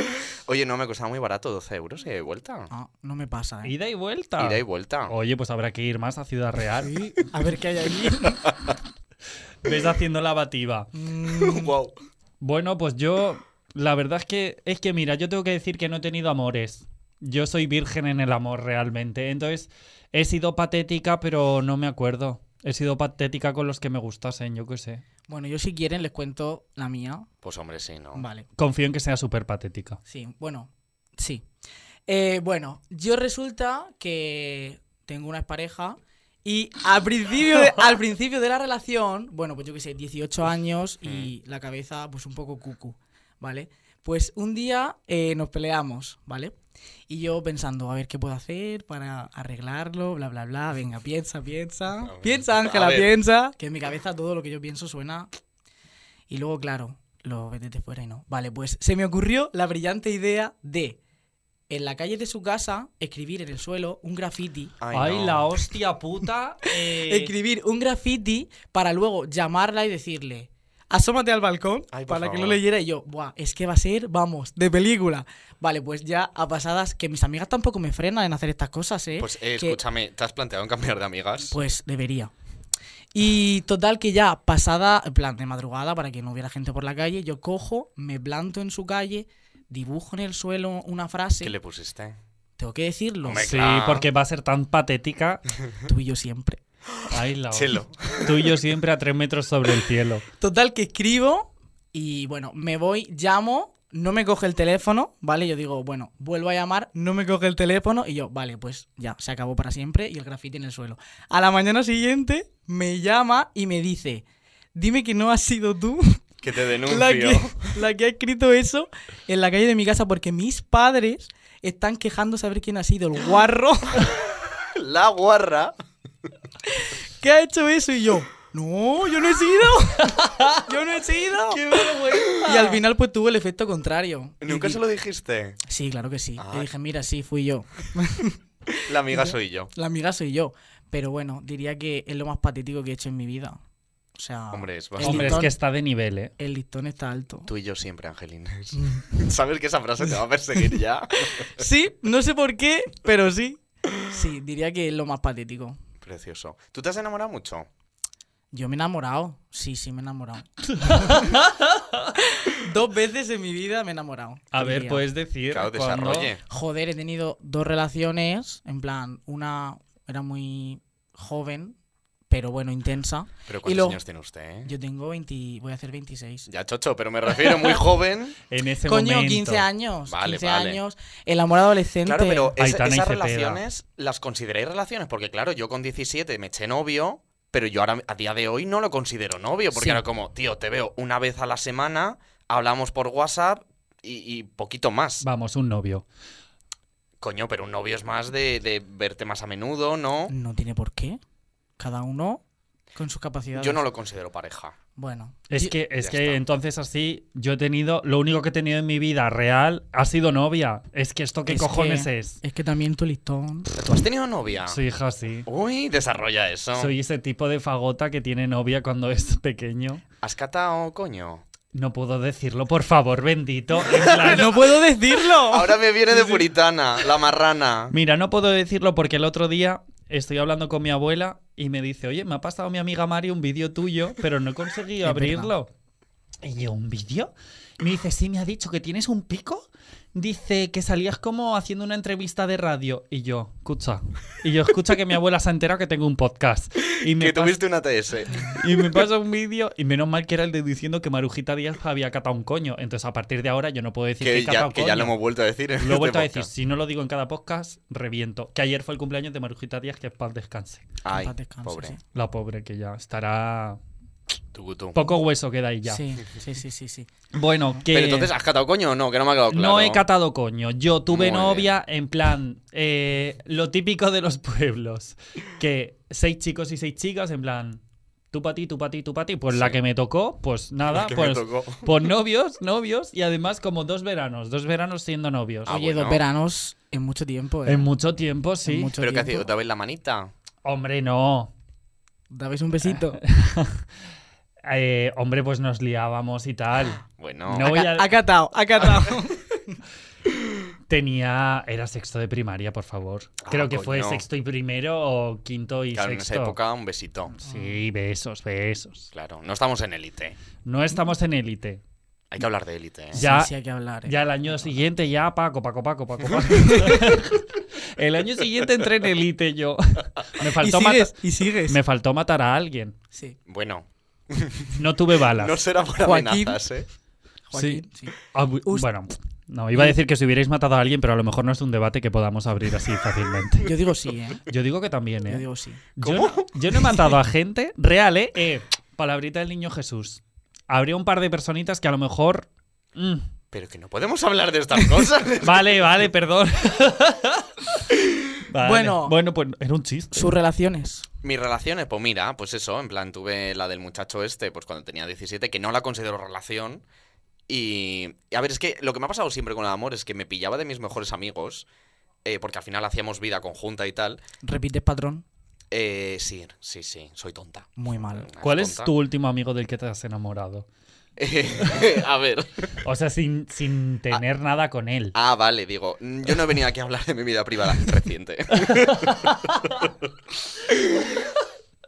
Speaker 1: Oye, no, me costaba muy barato, 12 euros ida y vuelta.
Speaker 4: Ah, no me pasa, ¿eh?
Speaker 2: ida y vuelta.
Speaker 1: Ida y vuelta.
Speaker 4: Oh.
Speaker 2: Oye, pues habrá que ir más a Ciudad Real.
Speaker 4: Sí, A ver qué hay allí.
Speaker 2: Ves haciendo la bativa.
Speaker 4: Mm,
Speaker 1: Guau.
Speaker 2: Bueno, pues yo, la verdad es que, es que mira, yo tengo que decir que no he tenido amores. Yo soy virgen en el amor realmente. Entonces, he sido patética, pero no me acuerdo. He sido patética con los que me gustasen, yo qué sé.
Speaker 4: Bueno, yo si quieren les cuento la mía.
Speaker 1: Pues hombre, sí, ¿no?
Speaker 4: Vale.
Speaker 2: Confío en que sea súper patética.
Speaker 4: Sí, bueno, sí. Eh, bueno, yo resulta que tengo una pareja y al principio, de- al principio de la relación, bueno, pues yo qué sé, 18 años y
Speaker 1: Mm.
Speaker 4: la cabeza pues un poco cucu, ¿vale? Pues un día eh, nos peleamos, ¿vale? Y yo pensando, a ver qué puedo hacer para arreglarlo, bla, bla, bla. Venga, piensa, piensa.
Speaker 1: ver,
Speaker 4: piensa,
Speaker 1: a
Speaker 4: Ángela,
Speaker 1: ver.
Speaker 4: piensa. Que en mi cabeza todo lo que yo pienso suena. Y luego, claro, Lo vete fuera y no. Vale, pues se me ocurrió la brillante idea de, en la calle de su casa, escribir en el suelo un graffiti.
Speaker 2: Ay, la hostia puta. eh,
Speaker 4: Escribir un graffiti para luego llamarla y decirle, asómate al balcón
Speaker 1: Ay, por
Speaker 4: para que lo
Speaker 1: favor.
Speaker 4: leyera. Y yo, buah, es que va a ser, vamos, de película. Vale, pues ya a pasadas, que mis amigas tampoco me frenan en hacer estas cosas, ¿eh?
Speaker 1: Pues eh,
Speaker 4: Que-
Speaker 1: escúchame, ¿te has planteado en cambiar de amigas?
Speaker 4: Pues debería. Y total que ya pasada, en plan de madrugada, para que no hubiera gente por la calle, yo cojo, me planto en su calle, dibujo en el suelo una frase.
Speaker 1: ¿Qué le pusiste?
Speaker 4: Tengo que decirlo,
Speaker 1: Hombre,
Speaker 2: Sí,
Speaker 1: Venga.
Speaker 2: porque va a ser tan patética.
Speaker 4: tú y yo siempre.
Speaker 2: Ay, la hostia.
Speaker 1: Chelo.
Speaker 2: Tú y yo siempre a tres metros sobre el cielo.
Speaker 4: Total que escribo y bueno, me voy, llamo, no me coge el teléfono, ¿vale? Yo digo, bueno, vuelvo a llamar, no me coge el teléfono y yo, vale, pues ya, se acabó para siempre y el grafiti en el suelo. A la mañana siguiente me llama y me dice, dime que no has sido tú.
Speaker 1: Que te denuncio.
Speaker 4: la que, la que ha escrito eso en la calle de mi casa porque mis padres están quejando saber quién ha sido el guarro
Speaker 1: La guarra.
Speaker 4: que ha hecho eso y yo. No, yo no he sido. Yo no he sido. Y al final pues tuvo el efecto contrario. Y
Speaker 1: ¿Nunca
Speaker 4: di-
Speaker 1: se Ah. lo dijiste?
Speaker 4: Sí, claro que sí.
Speaker 1: Ay.
Speaker 4: Le dije, mira, sí, fui yo.
Speaker 1: La amiga soy yo.
Speaker 4: La amiga soy yo. Pero bueno, diría que es lo más patético que he hecho en mi vida. O sea,
Speaker 1: Hombre, es
Speaker 4: el
Speaker 1: bastante-
Speaker 2: Hombre, es
Speaker 4: listón-
Speaker 2: que está de nivel, ¿eh?
Speaker 4: el listón está alto.
Speaker 1: Tú y yo siempre, Angelines.
Speaker 2: Mm.
Speaker 1: Sabes que esa frase te va a perseguir ya.
Speaker 4: Sí, no sé por qué, pero sí. Sí, diría que es lo más patético.
Speaker 1: Precioso. ¿Tú te has enamorado mucho?
Speaker 4: Yo me he enamorado. Sí, sí, me he enamorado. dos veces en mi vida me he enamorado.
Speaker 2: A
Speaker 4: diría.
Speaker 2: ver, pues. puedes decir.
Speaker 1: Claro,
Speaker 2: cuándo-
Speaker 1: desarrolle.
Speaker 4: Joder, he tenido dos relaciones. En plan, una era muy joven, pero bueno, intensa.
Speaker 1: Pero
Speaker 4: Y
Speaker 1: ¿cuántos
Speaker 4: luego-
Speaker 1: años tiene usted? eh?
Speaker 4: Yo tengo 20. Voy a hacer 26.
Speaker 1: Ya, chocho, pero me refiero muy joven.
Speaker 2: En ese
Speaker 4: Coño,
Speaker 2: este momento.
Speaker 4: 15 años.
Speaker 1: Vale,
Speaker 4: 15
Speaker 1: vale.
Speaker 4: años. El amor adolescente.
Speaker 1: Claro, pero es-
Speaker 2: Aitana y
Speaker 1: esas
Speaker 2: Cepeda.
Speaker 1: relaciones las consideráis relaciones, porque claro, yo con 17 me eché novio, pero yo ahora a día de hoy no lo considero novio, porque
Speaker 4: Sí.
Speaker 1: ahora como, tío, te veo una vez a la semana, hablamos por WhatsApp y, y poquito más.
Speaker 2: Vamos, un novio.
Speaker 1: Coño, pero un novio es más de, de verte más a menudo, ¿no?
Speaker 4: No tiene por qué. Cada uno con sus capacidades.
Speaker 1: Yo no lo considero pareja.
Speaker 4: Bueno.
Speaker 2: Es
Speaker 4: yo-
Speaker 2: que, es
Speaker 1: Ya
Speaker 2: que
Speaker 1: está.
Speaker 2: entonces así yo he tenido, lo único que he tenido en mi vida real ha sido novia. Es que esto qué
Speaker 4: Es
Speaker 2: cojones
Speaker 4: que-
Speaker 2: es.
Speaker 4: Es que también tu listón.
Speaker 1: ¿Tú has tenido novia?
Speaker 2: Soy hija sí.
Speaker 1: Uy, desarrolla eso.
Speaker 2: Soy ese tipo de fagota que tiene novia cuando es pequeño.
Speaker 1: ¿Has catado, coño?
Speaker 2: No puedo decirlo, por favor, bendito. En plan-
Speaker 4: ¡No puedo
Speaker 2: Oh.
Speaker 4: decirlo!
Speaker 1: Ahora me viene de puritana, la marrana.
Speaker 2: Mira, no puedo decirlo porque el otro día estoy hablando con mi abuela y me dice, oye, me ha pasado mi amiga Mari un vídeo tuyo, pero no he conseguido
Speaker 4: Es
Speaker 2: abrirlo. Y yo, ¿un vídeo? Me dice, sí, me ha dicho que tienes un pico. Dice que salías como haciendo una entrevista de radio. Y yo, escucha. Y yo, escucha que mi abuela se ha enterado que tengo un podcast. Y me,
Speaker 1: Que
Speaker 2: pas-
Speaker 1: tuviste una TS.
Speaker 2: y me pasa un vídeo y menos mal que era el de diciendo que Marujita Díaz había catado un coño. Entonces, a partir de ahora yo no puedo decir que,
Speaker 1: Que
Speaker 2: he catado
Speaker 1: ya, que ya
Speaker 2: coño.
Speaker 1: lo hemos vuelto a decir. en
Speaker 2: Lo he
Speaker 1: este
Speaker 2: vuelto a decir,
Speaker 1: podcast.
Speaker 2: si no lo digo en cada podcast, reviento. Que ayer fue el cumpleaños de Marujita Díaz, que es paz descanse.
Speaker 1: Ay,
Speaker 4: En paz descanse,
Speaker 1: pobre.
Speaker 4: sí.
Speaker 2: La pobre que ya estará...
Speaker 1: Tú, tú.
Speaker 2: Poco hueso queda ahí ya.
Speaker 4: Sí, sí, sí, sí, sí.
Speaker 2: Bueno, que...
Speaker 1: Pero entonces, ¿has catado coño o no? Que no me ha quedado claro.
Speaker 2: No he catado coño. Yo tuve
Speaker 1: Muy
Speaker 2: novia en plan eh, lo típico de los pueblos. Que seis chicos y seis chicas en plan tú pa' ti, tú pa' ti, tú pa' ti. Pues la
Speaker 1: Sí.
Speaker 2: que me tocó, pues nada,
Speaker 1: Que me
Speaker 2: pues,
Speaker 1: tocó.
Speaker 2: pues novios, novios y además como dos veranos, dos veranos siendo novios.
Speaker 1: Ah,
Speaker 4: Oye,
Speaker 1: bueno.
Speaker 4: dos veranos en mucho tiempo. ¿eh?
Speaker 2: En mucho tiempo, sí.
Speaker 4: En mucho
Speaker 1: Pero ¿qué hacía?
Speaker 4: tiempo.
Speaker 1: ¿Te veis la manita?
Speaker 2: Hombre, no.
Speaker 4: Dabais un
Speaker 2: Ah.
Speaker 4: besito.
Speaker 2: Eh, hombre, pues nos liábamos y tal.
Speaker 1: Bueno.
Speaker 2: No. voy a-
Speaker 4: Ha catado, ha catado.
Speaker 2: Tenía. Era sexto de primaria, por favor.
Speaker 1: Ah,
Speaker 2: Creo que fue
Speaker 1: coño.
Speaker 2: sexto y primero o quinto y
Speaker 1: Claro, en
Speaker 2: sexto.
Speaker 1: esa época, un besito.
Speaker 2: Sí, besos, besos.
Speaker 1: Claro, no estamos en élite.
Speaker 2: No estamos en élite.
Speaker 1: Hay que hablar de élite. ¿eh?
Speaker 2: Ya.
Speaker 4: Sí, sí, hay que hablar. ¿eh?
Speaker 2: Ya el año siguiente, ya Paco, Paco, Paco, Paco, Paco. el año siguiente entré en élite yo. Me
Speaker 4: Y
Speaker 2: faltó,
Speaker 4: sigues,
Speaker 2: mata-
Speaker 4: y sigues.
Speaker 2: me faltó matar a alguien.
Speaker 4: Sí.
Speaker 1: Bueno,
Speaker 2: No tuve balas.
Speaker 1: no será por
Speaker 4: Joaquín.
Speaker 1: amenazas, ¿eh?
Speaker 4: Joaquín, sí.
Speaker 2: Ah, bu-
Speaker 4: Us-
Speaker 2: Bueno, no, iba a decir que si hubierais matado a alguien, pero a lo mejor no es un debate que podamos abrir así fácilmente.
Speaker 4: Yo digo sí, ¿eh?
Speaker 2: Yo digo que también, ¿eh?
Speaker 4: Yo digo sí.
Speaker 2: Yo no- Yo, no he matado a gente real, ¿eh? Eh, Palabrita del niño Jesús. Habría un par de personitas que a lo mejor. mm,
Speaker 1: Pero que no podemos hablar de estas cosas.
Speaker 2: vale, vale, perdón. Vale.
Speaker 4: Bueno.
Speaker 2: bueno, pues era un chiste.
Speaker 4: Sus relaciones.
Speaker 1: Mis relaciones, pues mira, pues eso, en plan, tuve la del muchacho este, pues cuando tenía 17, que no la considero relación, Y, y a ver, es que lo que me ha pasado siempre con el amor es que me pillaba de mis mejores amigos, eh, porque al final hacíamos vida conjunta y tal.
Speaker 4: Repites patrón.
Speaker 1: Eh, sí, sí, sí, soy tonta.
Speaker 4: Muy mal.
Speaker 1: Una
Speaker 2: ¿Cuál es
Speaker 1: tonta.
Speaker 2: tu último amigo del que te has enamorado?
Speaker 1: a ver.
Speaker 2: O sea, sin, sin tener nada con él.
Speaker 1: Ah, vale, digo, mm, yo no he venido aquí a hablar de mi vida privada reciente.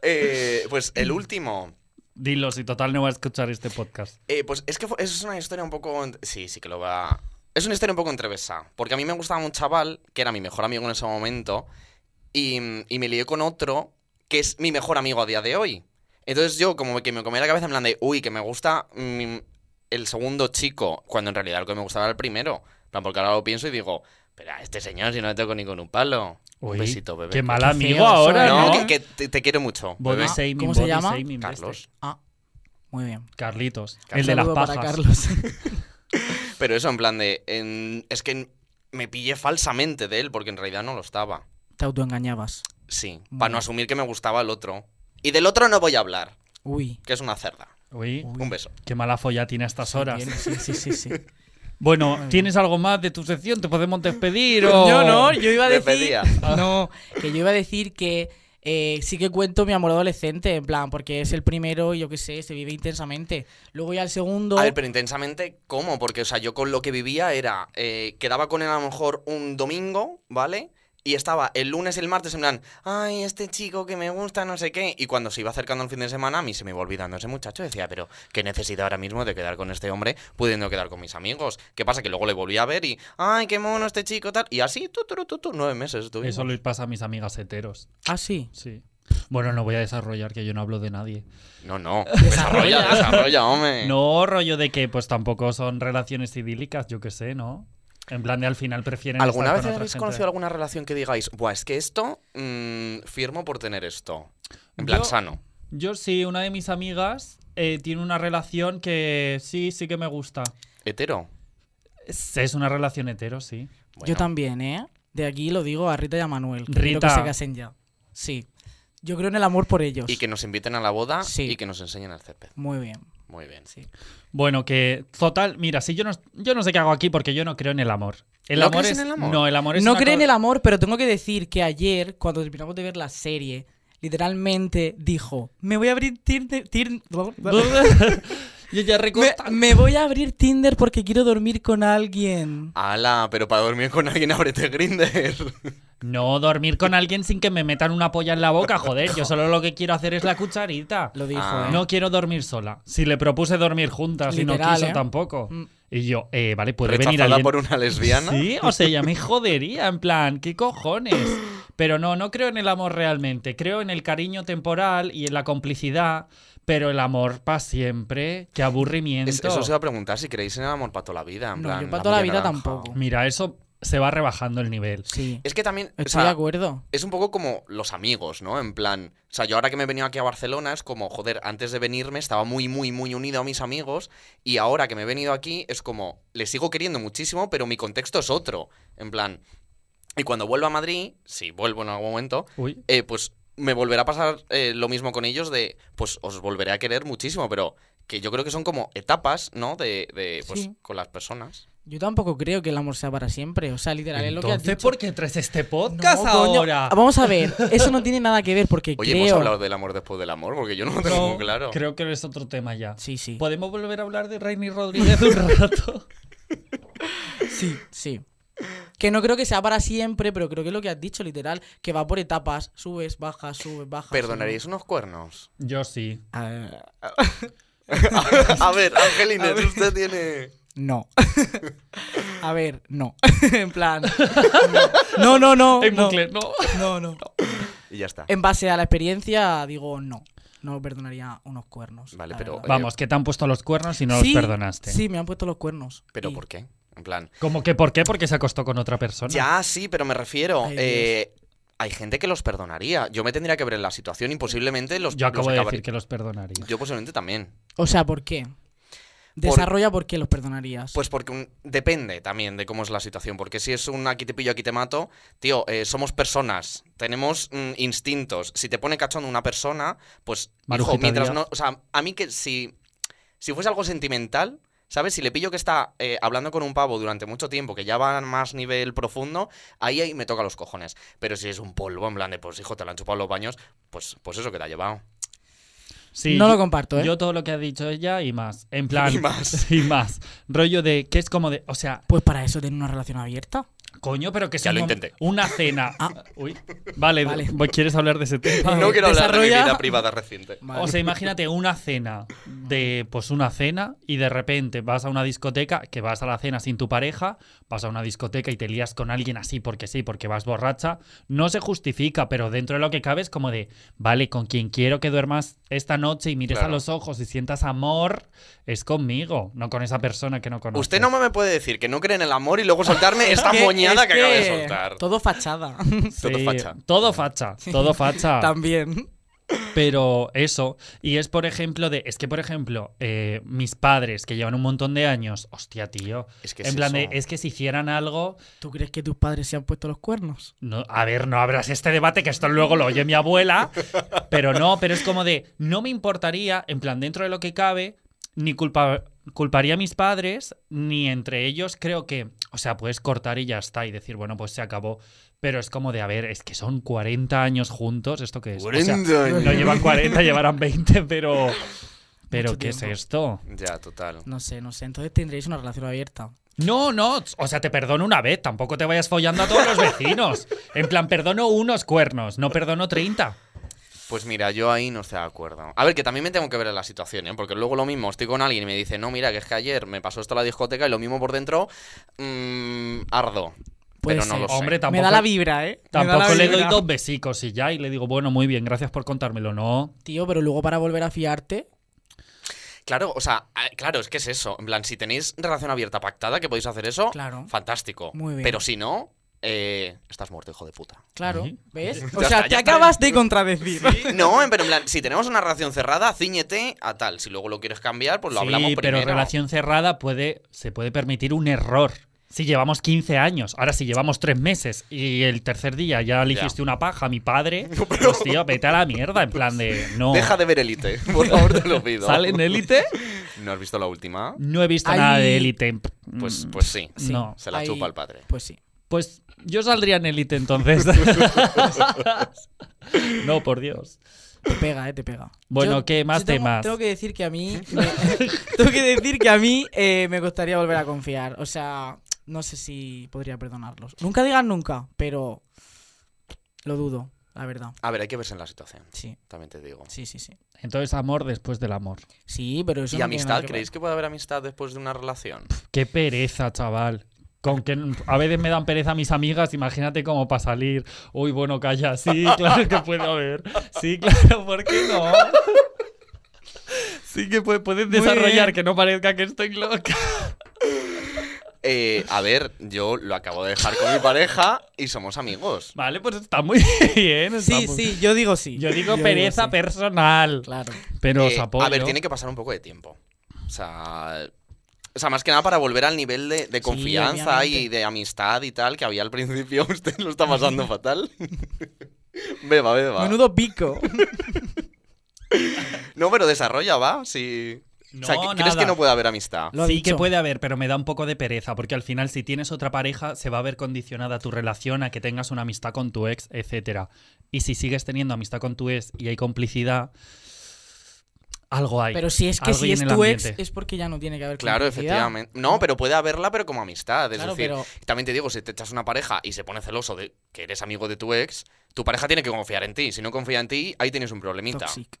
Speaker 1: Eh, pues el último.
Speaker 2: Dilo, si total no va a escuchar este podcast.
Speaker 1: Eh, pues es que fue- es una historia un poco. en- Sí, sí que lo va. Es una historia un poco entrevesa. Porque a mí me gustaba un chaval que era mi mejor amigo en ese momento. Y, y me lié con otro que es mi mejor amigo a día de hoy. Entonces yo, como que me comía la cabeza en plan de, uy, que me gusta mm, el segundo chico. Cuando en realidad lo que me gustaba era el primero. En plan, porque ahora lo pienso y digo, pero a este señor si no le toco ni con un palo.
Speaker 2: Uy,
Speaker 1: un besito, bebé.
Speaker 2: Qué mal
Speaker 4: Qué
Speaker 2: amigo
Speaker 4: feo
Speaker 2: ahora,
Speaker 4: soy.
Speaker 2: ¿no?
Speaker 1: No,
Speaker 4: ¿no?
Speaker 1: que, que te, te quiero mucho.
Speaker 2: Body
Speaker 1: bebé.
Speaker 2: shaming,
Speaker 4: ¿Cómo se
Speaker 2: body
Speaker 4: llama?
Speaker 2: shaming,
Speaker 1: Carlos.
Speaker 2: este.
Speaker 4: Ah, muy bien.
Speaker 2: Carlitos.
Speaker 4: Un
Speaker 2: El de las
Speaker 4: saludo
Speaker 2: pajas.
Speaker 4: para Carlos.
Speaker 1: Pero eso, en plan de. en- es que me pillé falsamente de él, porque en realidad no lo estaba.
Speaker 4: Te autoengañabas.
Speaker 1: Sí.
Speaker 4: Mm.
Speaker 1: Para no asumir que me gustaba el otro. Y del otro no voy a hablar,
Speaker 4: Uy.
Speaker 1: que es una cerda.
Speaker 2: Uy,
Speaker 4: Uy,
Speaker 1: Un beso.
Speaker 2: qué mala folla tiene a estas horas.
Speaker 4: Sí, sí, sí, sí.
Speaker 2: Bueno, ¿tienes algo más de tu sección? ¿Te podemos despedir? O...
Speaker 4: Yo no, yo iba a decir.
Speaker 1: Despedida.
Speaker 4: No, que yo iba a decir que eh, sí que cuento mi amor adolescente, en plan, porque es el primero, y yo qué sé, se vive intensamente. Luego ya el segundo.
Speaker 1: A ver, pero intensamente, ¿cómo? Porque, o sea, yo con lo que vivía era. eh, quedaba con él a lo mejor un domingo, ¿vale? Y estaba el lunes, el martes, en plan, ay, este chico que me gusta, no sé qué. Y cuando se iba acercando el fin de semana, a mí se me iba olvidando ese muchacho. Decía, pero qué necesidad ahora mismo de quedar con este hombre, pudiendo quedar con mis amigos. ¿Qué pasa? Que luego le volví a ver y, ay, qué mono este chico, tal. Y así, tú, tú, tú, tú, tú, nueve meses. Tú
Speaker 2: Eso les pasa a mis amigas heteros.
Speaker 4: Ah, sí.
Speaker 2: Sí. Bueno, no voy a desarrollar que yo no hablo de nadie.
Speaker 1: No, no. Desarrolla, desarrolla, hombre.
Speaker 2: No, rollo de que pues tampoco son relaciones idílicas, yo qué sé, ¿no? En plan de al final prefieren
Speaker 1: ¿Alguna
Speaker 2: estar
Speaker 1: vez
Speaker 2: con otra
Speaker 1: habéis
Speaker 2: gente.
Speaker 1: conocido alguna relación que digáis, Buah, es que esto mm, firmo por tener esto? En plan
Speaker 2: Yo-
Speaker 1: sano.
Speaker 2: Yo sí, una de mis amigas eh, tiene una relación que sí, sí que me gusta.
Speaker 1: ¿Hetero?
Speaker 2: Es es una relación hetero, sí.
Speaker 1: Bueno,
Speaker 4: Yo también, ¿eh? De aquí lo digo a Rita y a Manuel. Que
Speaker 2: Rita.
Speaker 4: quiero que se casen ya. Sí. Yo creo en el amor por ellos.
Speaker 1: Y que nos inviten a la boda
Speaker 4: Sí.
Speaker 1: y que nos enseñen el césped.
Speaker 4: Muy bien.
Speaker 1: Muy bien.
Speaker 4: Sí.
Speaker 2: Bueno, que total, mira, si yo no, yo no sé qué hago aquí porque yo no creo en el amor. El
Speaker 1: ¿No
Speaker 2: amor
Speaker 1: crees
Speaker 2: es,
Speaker 1: en el amor?
Speaker 2: No, el amor es
Speaker 4: no
Speaker 2: una
Speaker 4: creo en
Speaker 2: co-
Speaker 4: el amor, pero tengo que decir que ayer, cuando terminamos de ver la serie, literalmente dijo: Me voy a abrir Tinder. Tin-
Speaker 2: Yo ya
Speaker 4: me,
Speaker 2: recorta.
Speaker 4: me voy a abrir Tinder porque quiero dormir con alguien.
Speaker 1: Ala, pero para dormir con alguien ábrete Grinder.
Speaker 2: No dormir con alguien sin que me metan una polla en la boca, joder. Yo solo lo que quiero hacer es la cucharita.
Speaker 4: Lo dijo.
Speaker 1: Ah.
Speaker 4: ¿eh?
Speaker 2: No quiero dormir sola. Si le propuse dormir juntas y no
Speaker 4: Literal,
Speaker 2: quiso
Speaker 4: ¿eh?
Speaker 2: tampoco.
Speaker 4: Mm.
Speaker 2: Y yo, eh, vale, puede venir
Speaker 1: Rechazada
Speaker 2: alguien.
Speaker 1: por una lesbiana.
Speaker 2: Sí, o sea, ya me jodería, en plan, ¿qué cojones? Pero no, no creo en el amor realmente. Creo en el cariño temporal y en la complicidad, pero el amor para siempre, qué aburrimiento.
Speaker 1: Es- eso os iba a preguntar si creéis en el amor para toda la vida. En
Speaker 4: No,
Speaker 1: plan,
Speaker 4: yo para toda la
Speaker 1: media
Speaker 4: vida
Speaker 1: naranja.
Speaker 4: tampoco.
Speaker 2: Mira, eso se va rebajando el nivel.
Speaker 4: Sí.
Speaker 1: Es que también. o
Speaker 4: Estoy
Speaker 1: sea,
Speaker 4: de acuerdo.
Speaker 1: es un poco como los amigos, ¿no? En plan, o sea, yo ahora que me he venido aquí a Barcelona es como, joder, antes de venirme estaba muy, muy, muy unido a mis amigos y ahora que me he venido aquí es como, les sigo queriendo muchísimo, pero mi contexto es otro. En plan, y cuando vuelva a Madrid, si vuelvo en algún momento,
Speaker 2: Uy.
Speaker 1: eh, pues me volverá a pasar eh, lo mismo con ellos de, pues os volveré a querer muchísimo, pero que yo creo que son como etapas, ¿no? De, de, pues,
Speaker 4: Sí.
Speaker 1: con las personas.
Speaker 4: Yo tampoco creo que el amor sea para siempre. O sea, literal, es lo que has
Speaker 2: Entonces,
Speaker 4: dicho.
Speaker 2: ¿por qué traes este
Speaker 4: No,
Speaker 2: podcast
Speaker 4: coño.
Speaker 2: ahora?
Speaker 4: Vamos a ver, eso no tiene nada que ver porque
Speaker 1: Oye,
Speaker 4: creo.
Speaker 1: hemos hablado del amor después del amor, porque yo no lo tengo
Speaker 2: No,
Speaker 1: muy claro.
Speaker 2: Creo que es otro tema ya.
Speaker 4: Sí, sí.
Speaker 2: ¿Podemos volver a hablar de Rainy Rodríguez un rato?
Speaker 4: Sí, sí. Que no creo que sea para siempre, pero creo que es lo que has dicho, literal, que va por etapas, subes, bajas, subes, bajas.
Speaker 1: ¿Perdonaríais unos cuernos?
Speaker 2: Yo sí.
Speaker 4: subes. Ah,
Speaker 1: A ver, Ángel Inés, usted tiene.
Speaker 4: no. A ver, no. en plan. No, no, no.
Speaker 2: En
Speaker 4: no,
Speaker 2: bucle, no.
Speaker 4: no, no.
Speaker 1: Y ya
Speaker 2: Em,
Speaker 1: está.
Speaker 4: En base a la experiencia, digo no. No perdonaría unos cuernos.
Speaker 1: Vale,
Speaker 4: la
Speaker 1: pero-
Speaker 4: verdad.
Speaker 2: Vamos, que te han puesto los cuernos y no
Speaker 4: Sí,
Speaker 2: los perdonaste.
Speaker 4: Sí, me han puesto los cuernos.
Speaker 1: ¿Pero
Speaker 4: Y-
Speaker 1: por qué? En plan.
Speaker 2: ¿Cómo que por qué? Porque se acostó con otra persona.
Speaker 1: Ya, sí, pero me refiero.
Speaker 4: Ay,
Speaker 1: eh, hay gente que los perdonaría. Yo me tendría que ver en la situación y posiblemente los.
Speaker 2: Yo acabo
Speaker 1: los
Speaker 2: de
Speaker 1: acabaría-
Speaker 2: decir que los perdonaría.
Speaker 1: Yo posiblemente también.
Speaker 4: O sea, ¿por qué? Desarrolla por qué los perdonarías.
Speaker 1: Pues porque un- depende también de cómo es la situación. Porque si es un aquí te pillo, aquí te mato, tío, eh, somos personas, tenemos mm, instintos. Si te pone cachondo una persona, pues, hijo,
Speaker 2: Marujita
Speaker 1: mientras
Speaker 2: Díaz.
Speaker 1: no. O sea, a mí que si. Si fuese algo sentimental, ¿Sabes? Si le pillo que está eh, hablando con un pavo durante mucho tiempo, que ya va a más nivel profundo, ahí, ahí me toca los cojones. Pero si es un polvo, en plan de, pues hijo, te lo han chupado los baños, pues, pues eso que te ha llevado.
Speaker 2: Sí,
Speaker 4: no
Speaker 2: yo-
Speaker 4: lo comparto, ¿eh?
Speaker 2: Yo todo lo que ha dicho ella y más. En plan.
Speaker 1: Y más.
Speaker 2: Y más. Rollo de que es como de. O sea,
Speaker 4: Pues para eso tener una relación abierta.
Speaker 2: coño, pero que
Speaker 1: Ya
Speaker 2: sea
Speaker 1: lo
Speaker 2: un mom-
Speaker 1: intenté.
Speaker 2: una cena.
Speaker 4: Ah.
Speaker 2: Uy. Vale,
Speaker 4: Vale.
Speaker 2: voy- ¿quieres hablar de ese tema?
Speaker 1: No quiero hablar de mi
Speaker 4: desarrolla-
Speaker 1: vida privada reciente.
Speaker 2: O sea, imagínate una cena de pues una cena y de repente vas a una discoteca, que vas a la cena sin tu pareja, vas a una discoteca y te lías con alguien así porque sí, porque vas borracha, no se justifica, pero dentro de lo que cabe es como de, vale, con quien quiero que duermas esta noche y mires a
Speaker 1: Claro.
Speaker 2: los ojos y sientas amor, es conmigo, no con esa persona que no conoces.
Speaker 1: Usted no me puede decir que no cree en el amor y luego soltarme esta
Speaker 4: Es que-
Speaker 1: moñada
Speaker 4: es
Speaker 1: que, acaba de
Speaker 4: que
Speaker 1: soltar.
Speaker 4: Todo fachada.
Speaker 1: todo
Speaker 2: Sí,
Speaker 1: facha.
Speaker 2: Todo facha, todo facha.
Speaker 4: También.
Speaker 2: Pero eso, y es por ejemplo de, es que por ejemplo, eh, mis padres que llevan un montón de años, hostia tío,
Speaker 1: Es que
Speaker 2: en
Speaker 1: es
Speaker 2: plan de,
Speaker 1: eso.
Speaker 2: es que si hicieran algo,
Speaker 4: ¿Tú crees que tus padres se han puesto los cuernos?
Speaker 2: no, a ver, no abras este debate, que esto luego lo oye mi abuela, pero no, pero es como de, no me importaría, en plan, dentro de lo que cabe, ni culpa, culparía a mis padres, ni entre ellos creo que, o sea, puedes cortar y ya está, y decir, bueno, pues se acabó, pero es como de, a ver, es que son 40 años juntos, ¿esto qué es? O sea,
Speaker 1: 40 años.
Speaker 2: no llevan 40, llevarán 20, pero... ¿Pero
Speaker 4: Mucho
Speaker 2: qué es
Speaker 4: tiempo.
Speaker 2: esto?
Speaker 1: Ya, total.
Speaker 4: No sé, no sé. Entonces tendréis una relación abierta.
Speaker 2: No, no, o sea, te perdono una vez, tampoco te vayas follando a todos los vecinos. En plan, perdono unos cuernos, no perdono 30.
Speaker 1: Pues mira, yo ahí no estoy de acuerdo. A ver, que también me tengo que ver en la situación, ¿eh? Porque luego lo mismo, estoy con alguien y me dice, no, mira, que es que ayer me pasó esto a la discoteca y lo mismo por dentro, mm, ardo.
Speaker 4: Puede
Speaker 1: pero no
Speaker 4: ser.
Speaker 1: lo sé.
Speaker 2: Hombre, Oh, tampoco,
Speaker 4: Me da la vibra, ¿eh? Me da la
Speaker 2: tampoco le doy
Speaker 4: vibra.
Speaker 2: dos besicos y ya, y le digo, bueno, muy bien, gracias por contármelo, no.
Speaker 4: Tío, pero luego para volver a fiarte.
Speaker 1: Claro, o sea, ah, claro, es que es eso. En plan, si tenéis relación abierta pactada, que podéis hacer eso,
Speaker 4: Claro.
Speaker 1: fantástico.
Speaker 4: Muy bien.
Speaker 1: Pero si no, eh, estás muerto, hijo de puta.
Speaker 4: Claro.
Speaker 2: Ujú.
Speaker 4: ¿Ves? O
Speaker 1: Ya
Speaker 4: sea,
Speaker 1: está,
Speaker 4: te
Speaker 1: ya está.
Speaker 4: acabas de contradecir.
Speaker 1: No, en- pero en plan, si tenemos una relación cerrada, ciñete a tal. Si luego lo quieres cambiar, pues lo
Speaker 2: sí,
Speaker 1: hablamos
Speaker 2: pero
Speaker 1: primero.
Speaker 2: relación cerrada puede, se puede permitir un error. Si llevamos 15 años, ahora si llevamos 3 meses y el tercer día ya le
Speaker 1: Ya.
Speaker 2: hiciste una paja a mi padre, pues tío, vete a la mierda, en plan de, no.
Speaker 1: Deja de ver Elite, eh, por favor, te lo pido.
Speaker 2: ¿Sale en élite?
Speaker 1: ¿No has visto la última?
Speaker 4: Mm.
Speaker 2: No he visto nada
Speaker 4: Ay.
Speaker 2: de élite.
Speaker 1: Pues,
Speaker 2: Mm,
Speaker 1: pues sí.
Speaker 4: Sí.
Speaker 2: No.
Speaker 1: Se la
Speaker 4: Ahí-
Speaker 1: chupa el padre.
Speaker 4: Pues sí.
Speaker 2: Pues yo saldría en élite entonces. no, por Dios.
Speaker 4: Te pega, eh, te pega.
Speaker 2: Bueno, ¿qué más
Speaker 4: tengo-
Speaker 2: temas?
Speaker 4: Tengo que decir que a mí. me- tengo que decir que a mí eh, me gustaría volver a confiar. O sea, no sé si podría perdonarlos. Nunca digan nunca, pero. Lo dudo, la verdad.
Speaker 1: A ver, hay que verse en la situación,
Speaker 4: Sí,
Speaker 1: también te digo.
Speaker 4: sí, sí, sí.
Speaker 2: Entonces, amor después del amor.
Speaker 4: Sí, pero eso
Speaker 1: ¿Y
Speaker 4: no tiene nada
Speaker 1: amistad?
Speaker 4: que ver.
Speaker 1: ¿Creéis que puede haber amistad después de una relación?
Speaker 2: Qué pereza, chaval. Con que a veces me dan pereza mis amigas, imagínate cómo para salir. Uy, bueno, calla, sí, claro que puede haber. Sí, claro, ¿por qué no? Sí que puede- puedes
Speaker 4: bien.
Speaker 2: desarrollar que no parezca que estoy loca.
Speaker 1: Eh, a ver, yo lo acabo de dejar con mi pareja y somos amigos.
Speaker 2: Vale, pues está muy bien. está
Speaker 4: Sí,
Speaker 2: muy-
Speaker 4: sí, yo digo sí.
Speaker 2: Yo digo pereza
Speaker 4: sí.
Speaker 2: personal.
Speaker 4: Claro.
Speaker 2: Pero os
Speaker 1: Eh,
Speaker 2: apoyo.
Speaker 1: a ver, tiene que pasar un poco de tiempo. O sea, o sea, más que nada para volver al nivel de, de confianza y
Speaker 4: obviamente.
Speaker 1: de amistad y tal que había al principio. Usted lo está pasando fatal. beba, beba.
Speaker 4: Menudo pico.
Speaker 1: No, pero desarrolla, va. Si... o sea,
Speaker 2: No,
Speaker 1: ¿crees que
Speaker 2: nada.
Speaker 1: no puede haber amistad?
Speaker 4: Lo ha
Speaker 2: sí
Speaker 4: dicho.
Speaker 2: que puede haber, pero me da un poco de pereza, porque al final si tienes otra pareja se va a ver condicionada tu relación a que tengas una amistad con tu ex, etcétera. Y si sigues teniendo amistad con tu ex y hay complicidad, algo hay.
Speaker 4: Pero si es que
Speaker 2: algo hay
Speaker 4: si
Speaker 2: en
Speaker 4: es
Speaker 2: el
Speaker 4: tu ex,
Speaker 2: ambiente.
Speaker 4: es porque ya no tiene que haber
Speaker 1: Claro,
Speaker 4: complicidad.
Speaker 1: efectivamente. No, pero puede haberla, pero como amistad. Es
Speaker 4: Claro,
Speaker 1: decir,
Speaker 4: pero-
Speaker 1: también te digo, si te echas una pareja y se pone celoso de que eres amigo de tu ex, tu pareja tiene que confiar en ti. Si no confía en ti, ahí tienes un problemita.
Speaker 4: Toxic.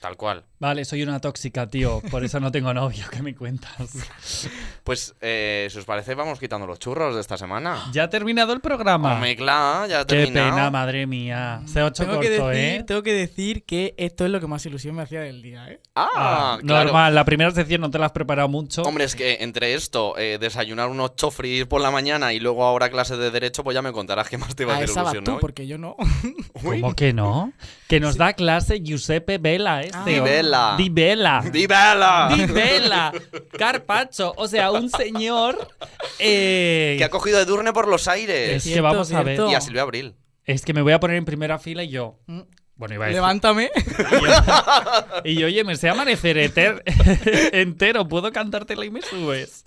Speaker 1: Tal cual.
Speaker 2: Vale, soy una tóxica, tío, por eso no tengo novio, ¿qué me cuentas?
Speaker 1: Pues, eh, si os parece, vamos quitando los churros de esta semana.
Speaker 2: ¿Ya ha terminado el programa?
Speaker 1: Hombre, claro, ya ha
Speaker 2: Ah. Qué
Speaker 1: terminado.
Speaker 2: pena, madre mía. Se ha hecho
Speaker 4: Tengo, que
Speaker 2: corto,
Speaker 4: decir,
Speaker 2: ¿eh?
Speaker 4: tengo que decir que esto es lo que más ilusión me hacía del día, ¿eh?
Speaker 1: Ah,
Speaker 2: Ah,
Speaker 1: claro.
Speaker 2: Normal, la primera sección no te la has preparado mucho.
Speaker 1: Hombre, es que entre esto, eh, desayunar unos chofris por la mañana y luego ahora clase de derecho, pues ya me contarás qué más te va a
Speaker 4: A
Speaker 1: hacer
Speaker 4: esa vas
Speaker 1: ilusión,
Speaker 4: Ah, tú,
Speaker 1: ¿no?
Speaker 4: porque yo no.
Speaker 1: Uy.
Speaker 2: ¿Cómo que no? Que nos da clase Giuseppe Vela este.
Speaker 1: Ah. Di Vela.
Speaker 2: Di Vela.
Speaker 1: ¡Di Bella!
Speaker 2: Di Vela. Carpacho. O sea, un señor. eh,
Speaker 1: Que ha cogido de Durne por los
Speaker 2: es
Speaker 1: aires.
Speaker 2: que
Speaker 4: Cierto,
Speaker 2: vamos a ver.
Speaker 4: cierto.
Speaker 1: Y a Silvia Abril.
Speaker 2: Es que me voy a poner en primera fila y yo.
Speaker 4: Mm.
Speaker 2: Bueno, iba a decir.
Speaker 4: Levántame.
Speaker 2: Y yo, oye, me sé amanecer eter- entero, puedo cantártela y me subes.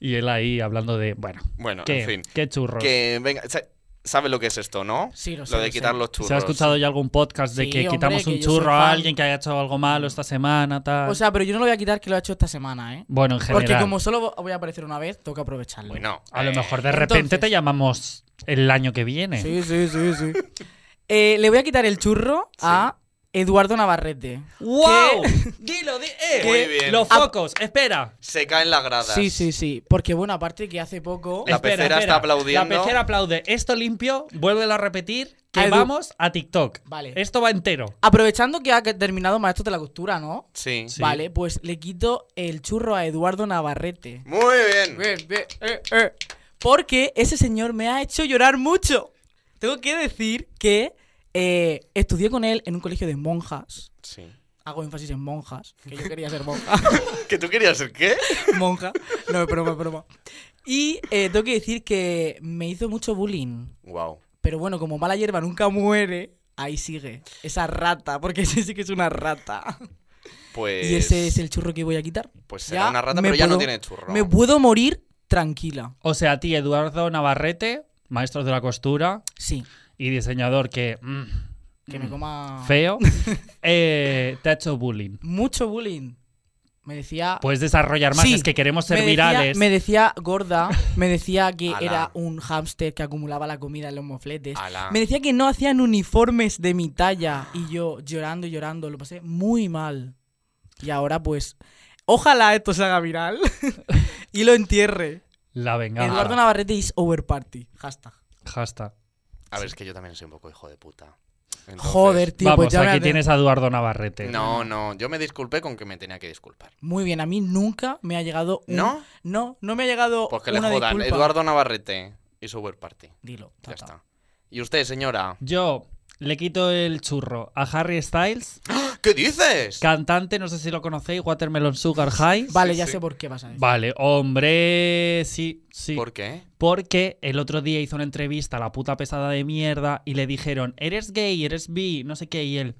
Speaker 2: Y él ahí hablando de, bueno,
Speaker 1: Bueno,
Speaker 2: qué, Pues-
Speaker 1: en fin.
Speaker 2: qué churros.
Speaker 1: Que venga, sa- ¿sabes lo que es esto, no?
Speaker 4: Sí, lo
Speaker 1: Lo
Speaker 4: sé,
Speaker 1: de
Speaker 4: lo
Speaker 1: quitar
Speaker 4: sé.
Speaker 1: los churros.
Speaker 2: ¿Se ha escuchado ya algún podcast de
Speaker 4: Sí,
Speaker 2: que
Speaker 4: hombre,
Speaker 2: quitamos
Speaker 4: que
Speaker 2: un
Speaker 4: yo soy
Speaker 2: churro a
Speaker 4: fan.
Speaker 2: alguien que haya hecho algo malo esta semana, tal?
Speaker 4: O sea, pero yo no lo voy a quitar que lo ha hecho esta semana, ¿eh?
Speaker 2: bueno, en general.
Speaker 4: Porque como solo vo- voy a aparecer una vez, tengo que aprovecharlo.
Speaker 1: Bueno,
Speaker 2: A lo
Speaker 1: eh,
Speaker 2: mejor de repente
Speaker 4: entonces-
Speaker 2: te llamamos el año que viene.
Speaker 4: Sí, sí, sí, sí. Eh, le voy a quitar el churro a Eduardo Navarrete.
Speaker 2: ¡Wow! Dilo, di- eh,
Speaker 1: Muy
Speaker 2: que-
Speaker 1: bien.
Speaker 2: Los focos, espera.
Speaker 1: Se caen las gradas.
Speaker 4: Sí, sí, sí. Porque bueno, aparte que hace poco...
Speaker 1: La
Speaker 2: espera,
Speaker 1: pecera
Speaker 2: espera.
Speaker 1: está aplaudiendo.
Speaker 2: La pecera aplaude. Esto limpio, vuélvelo a repetir, que
Speaker 4: Edu-
Speaker 2: vamos a TikTok.
Speaker 4: Vale.
Speaker 2: Esto va entero.
Speaker 4: Aprovechando que ha terminado Maestros de la Costura, ¿no?
Speaker 1: Sí.
Speaker 2: Sí.
Speaker 4: Vale, pues le quito el churro a Eduardo Navarrete.
Speaker 1: Muy bien.
Speaker 4: Bien, bien, eh, eh. Porque ese señor me ha hecho llorar mucho. Tengo que decir que eh, estudié con él en un colegio de monjas.
Speaker 1: Sí.
Speaker 4: Hago énfasis en monjas, que yo quería ser monja.
Speaker 1: ¿Que tú querías ser qué?
Speaker 4: monja. No, es broma, es broma. Y eh, tengo que decir que me hizo mucho bullying.
Speaker 1: Wow.
Speaker 4: Pero bueno, como mala hierba nunca muere, ahí sigue. Esa rata, porque ese sí que es una rata.
Speaker 1: Pues.
Speaker 4: Y ese es el churro que voy a quitar.
Speaker 1: Pues será
Speaker 4: Ya
Speaker 1: una rata,
Speaker 4: me
Speaker 1: pero ya no
Speaker 4: puedo-
Speaker 1: tiene churro.
Speaker 4: Me puedo morir tranquila.
Speaker 2: O sea, a ti, Eduardo Navarrete, maestro de la costura
Speaker 4: Sí,
Speaker 2: y diseñador que. mm,
Speaker 4: que me coma...
Speaker 2: Feo. eh, te ha hecho bullying.
Speaker 4: Mucho bullying. Me decía...
Speaker 2: Puedes desarrollar más,
Speaker 4: Sí.
Speaker 2: es que queremos
Speaker 4: me
Speaker 2: ser
Speaker 4: decía-
Speaker 2: virales.
Speaker 4: me decía gorda, me decía que
Speaker 1: Ala.
Speaker 4: era un hámster que acumulaba la comida en los mofletes.
Speaker 1: Ala.
Speaker 4: Me decía que no hacían uniformes de mi talla y yo llorando, llorando, lo pasé muy mal. Y ahora pues, ojalá esto se haga viral y lo entierre.
Speaker 2: La venganza.
Speaker 4: Eduardo Navarrete is over party. Hashtag.
Speaker 2: Hashtag.
Speaker 1: A ver, es que yo también soy un poco hijo de puta. Entonces-
Speaker 4: Joder, tío,
Speaker 2: Vamos,
Speaker 4: pues ya me
Speaker 2: aquí
Speaker 4: ha-
Speaker 2: tienes a Eduardo Navarrete.
Speaker 1: No, no, yo me disculpé con que me tenía que disculpar.
Speaker 4: Muy bien, a mí nunca me ha llegado un-
Speaker 1: ¿No?
Speaker 4: No, no me ha llegado
Speaker 1: Pues que le
Speaker 4: una
Speaker 1: jodan.
Speaker 4: disculpa. Tota.
Speaker 1: Eduardo Navarrete y su web party.
Speaker 4: Dilo,
Speaker 1: Ya
Speaker 4: tata.
Speaker 1: está. ¿Y usted, señora?
Speaker 2: Yo le quito el churro a Harry Styles,
Speaker 1: ¿Qué dices?
Speaker 2: cantante, no sé si lo conocéis, Watermelon Sugar High.
Speaker 4: Vale,
Speaker 1: Sí,
Speaker 4: ya
Speaker 1: sí.
Speaker 4: sé por qué vas a decir.
Speaker 2: Vale, hombre, sí, sí.
Speaker 1: ¿Por qué?
Speaker 2: Porque el otro día hizo una entrevista a la puta pesada de mierda y le dijeron, eres gay, eres bi, no sé qué, y él,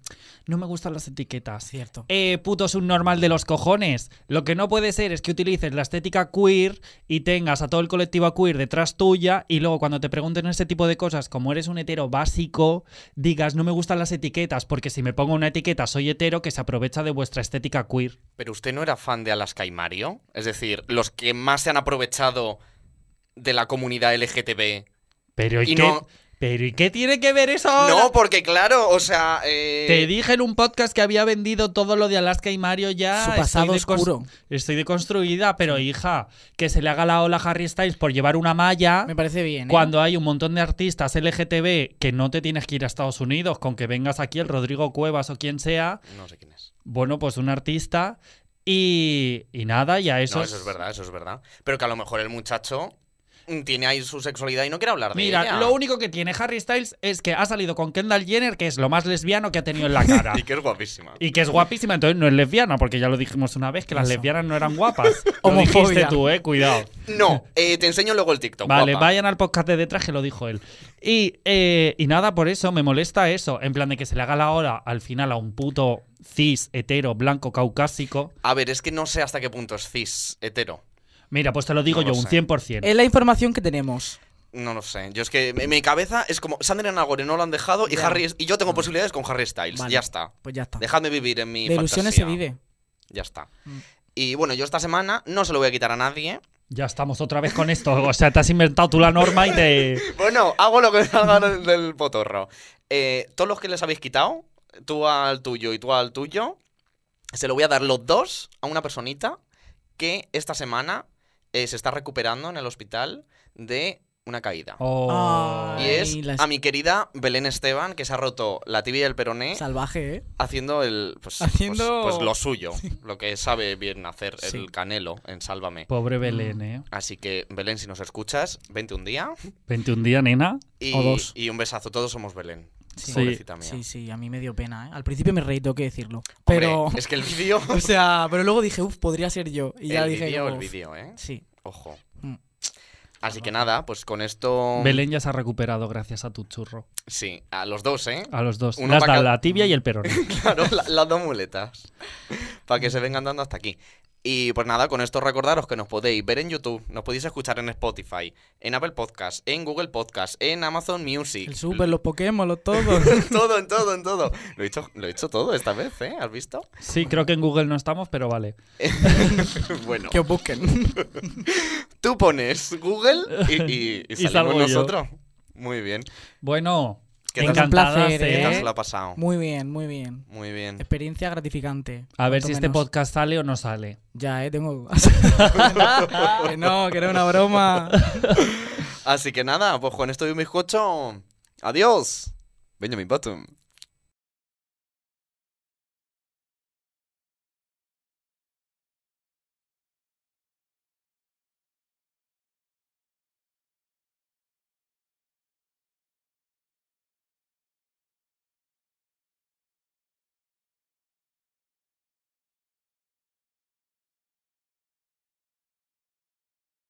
Speaker 2: no me gustan las etiquetas.
Speaker 4: Cierto.
Speaker 2: Eh, puto subnormal de los cojones. Lo que no puede ser es que utilices la estética queer y tengas a todo el colectivo queer detrás tuya y luego cuando te pregunten este tipo de cosas, como eres un hetero básico, digas no me gustan las etiquetas porque si me pongo una etiqueta soy hetero que se aprovecha de vuestra estética queer.
Speaker 1: ¿Pero usted no era fan de Alaska y Mario? Es decir, los que más se han aprovechado de la comunidad LGTB.
Speaker 2: Pero ¿y,
Speaker 1: Y
Speaker 2: qué,
Speaker 1: no-
Speaker 2: pero, ¿y qué tiene que ver eso? ahora?
Speaker 1: No, porque claro, o sea... eh,
Speaker 2: Te dije en un podcast que había vendido todo lo de Alaska y Mario ya.
Speaker 4: Su pasado
Speaker 2: estoy decons-
Speaker 4: oscuro.
Speaker 2: Estoy deconstruida, pero hija, que se le haga la ola a Harry Styles por llevar una malla.
Speaker 4: Me parece bien. ¿eh?
Speaker 2: Cuando hay un montón de artistas LGTB que no te tienes que ir a Estados Unidos, con que vengas aquí el Rodrigo Cuevas o quien sea,
Speaker 1: No sé quién es.
Speaker 2: bueno, pues un artista y, y nada, y a eso.
Speaker 1: no, eso es verdad, eso es verdad. Pero que a lo mejor el muchacho tiene ahí su sexualidad y no quiere hablar de
Speaker 2: Mira,
Speaker 1: ella.
Speaker 2: lo único que tiene Harry Styles es que ha salido con Kendall Jenner, que es lo más lesbiano que ha tenido en la cara.
Speaker 1: Y que es guapísima.
Speaker 2: Y que es guapísima, entonces no es lesbiana, porque ya lo dijimos una vez que las
Speaker 4: Eso.
Speaker 2: lesbianas no eran guapas. lo
Speaker 4: Homofobia.
Speaker 2: dijiste tú, eh, cuidado.
Speaker 1: No, eh, te enseño luego el TikTok.
Speaker 2: Vale,
Speaker 1: guapa.
Speaker 2: vayan al podcast de detrás que lo dijo él. Y, eh, y nada, por eso me molesta eso, en plan de que se le haga la hora al final a un puto cis, hetero, blanco, caucásico.
Speaker 1: A ver, es que no sé hasta qué punto es cis, hetero.
Speaker 2: Mira, pues te lo digo
Speaker 1: No
Speaker 2: yo,
Speaker 1: lo
Speaker 2: un
Speaker 1: sé.
Speaker 2: 100%.
Speaker 4: Es la información que tenemos.
Speaker 1: No lo sé. Yo es que mi mi cabeza es como Sandra Nagore no lo han dejado y
Speaker 4: Ya.
Speaker 1: Harry y yo tengo posibilidades con Harry Styles.
Speaker 4: Vale.
Speaker 1: Ya está.
Speaker 4: Pues ya está.
Speaker 1: Dejadme vivir en mi
Speaker 4: de ilusiones se
Speaker 1: fantasía.
Speaker 4: vive.
Speaker 1: Ya está.
Speaker 4: Mm.
Speaker 1: Y bueno, yo esta semana no se lo voy a quitar a nadie.
Speaker 2: Ya estamos otra vez con esto, o sea, te has inventado tú la norma y te...
Speaker 1: Bueno, hago lo que me salga del, del potorro. Eh, todos los que les habéis quitado, tú al tuyo y tú al tuyo, se lo voy a dar los dos a una personita que esta semana eh, se está recuperando en el hospital de una caída.
Speaker 2: Oh.
Speaker 1: Y es
Speaker 4: Ay, las-
Speaker 1: a mi querida Belén Esteban, que se ha roto la tibia y el peroné
Speaker 4: Salvaje, ¿eh?
Speaker 1: haciendo el pues,
Speaker 4: Haciendo-
Speaker 1: pues- pues lo suyo, lo que sabe bien hacer
Speaker 4: Sí.
Speaker 1: el canelo en Sálvame.
Speaker 2: Pobre
Speaker 1: Mm.
Speaker 2: Belén, ¿eh?
Speaker 1: Así que, Belén, si nos escuchas, vente un día.
Speaker 2: 21 días, nena.
Speaker 1: Y,
Speaker 2: O dos.
Speaker 1: y un besazo, todos somos Belén.
Speaker 4: Sí.
Speaker 1: Pobrecita mía.
Speaker 4: Sí, sí, a mí me dio pena, ¿eh? Al principio me reí, tengo que decirlo. Pero.
Speaker 1: Hombre, es que el vídeo.
Speaker 4: O sea, pero luego dije, uff, podría ser yo. Y ya
Speaker 1: el
Speaker 4: dije.
Speaker 1: vídeo,
Speaker 4: como,
Speaker 1: el vídeo, ¿eh?
Speaker 4: Sí.
Speaker 1: Ojo.
Speaker 4: Mm.
Speaker 1: Así que nada, pues con esto.
Speaker 2: Belén ya se ha recuperado gracias a tu churro.
Speaker 1: Sí, a los dos, ¿eh?
Speaker 2: A los dos.
Speaker 1: Uno
Speaker 2: Le has
Speaker 1: pa'
Speaker 2: dado
Speaker 1: cada-
Speaker 2: la tibia y el perón.
Speaker 1: Claro, la- las dos muletas. Para que se vengan dando hasta aquí. Y pues nada, con esto recordaros que nos podéis ver en YouTube, nos podéis escuchar en Spotify, en Apple Podcast, en Google Podcast, en Amazon Music.
Speaker 4: El super, los Pokémon, los todos.
Speaker 1: En todo, en todo, en todo. Lo he hecho, lo he hecho todo esta vez, ¿eh? ¿Has visto?
Speaker 2: Sí, creo que en Google no estamos, pero vale.
Speaker 1: bueno,
Speaker 4: que os busquen.
Speaker 1: tú pones Google y, y, y
Speaker 2: Y
Speaker 1: salimos
Speaker 2: salgo yo.
Speaker 1: nosotros. Muy bien.
Speaker 2: Bueno,
Speaker 1: ¿Qué tal-
Speaker 2: encantada.
Speaker 4: Un placer,
Speaker 1: ¿Qué
Speaker 2: Cel.
Speaker 1: tal
Speaker 4: ¿eh?
Speaker 1: se lo ha pasado?
Speaker 4: Muy bien, muy bien.
Speaker 1: Muy bien.
Speaker 4: Experiencia gratificante.
Speaker 2: A ver
Speaker 4: cuanto
Speaker 2: si este
Speaker 4: menos.
Speaker 2: podcast sale o no sale.
Speaker 4: Ya, eh, tengo dudas. que no, que era una broma.
Speaker 1: Así que nada, pues con esto y un bizcocho. Adiós. Benjamin Button.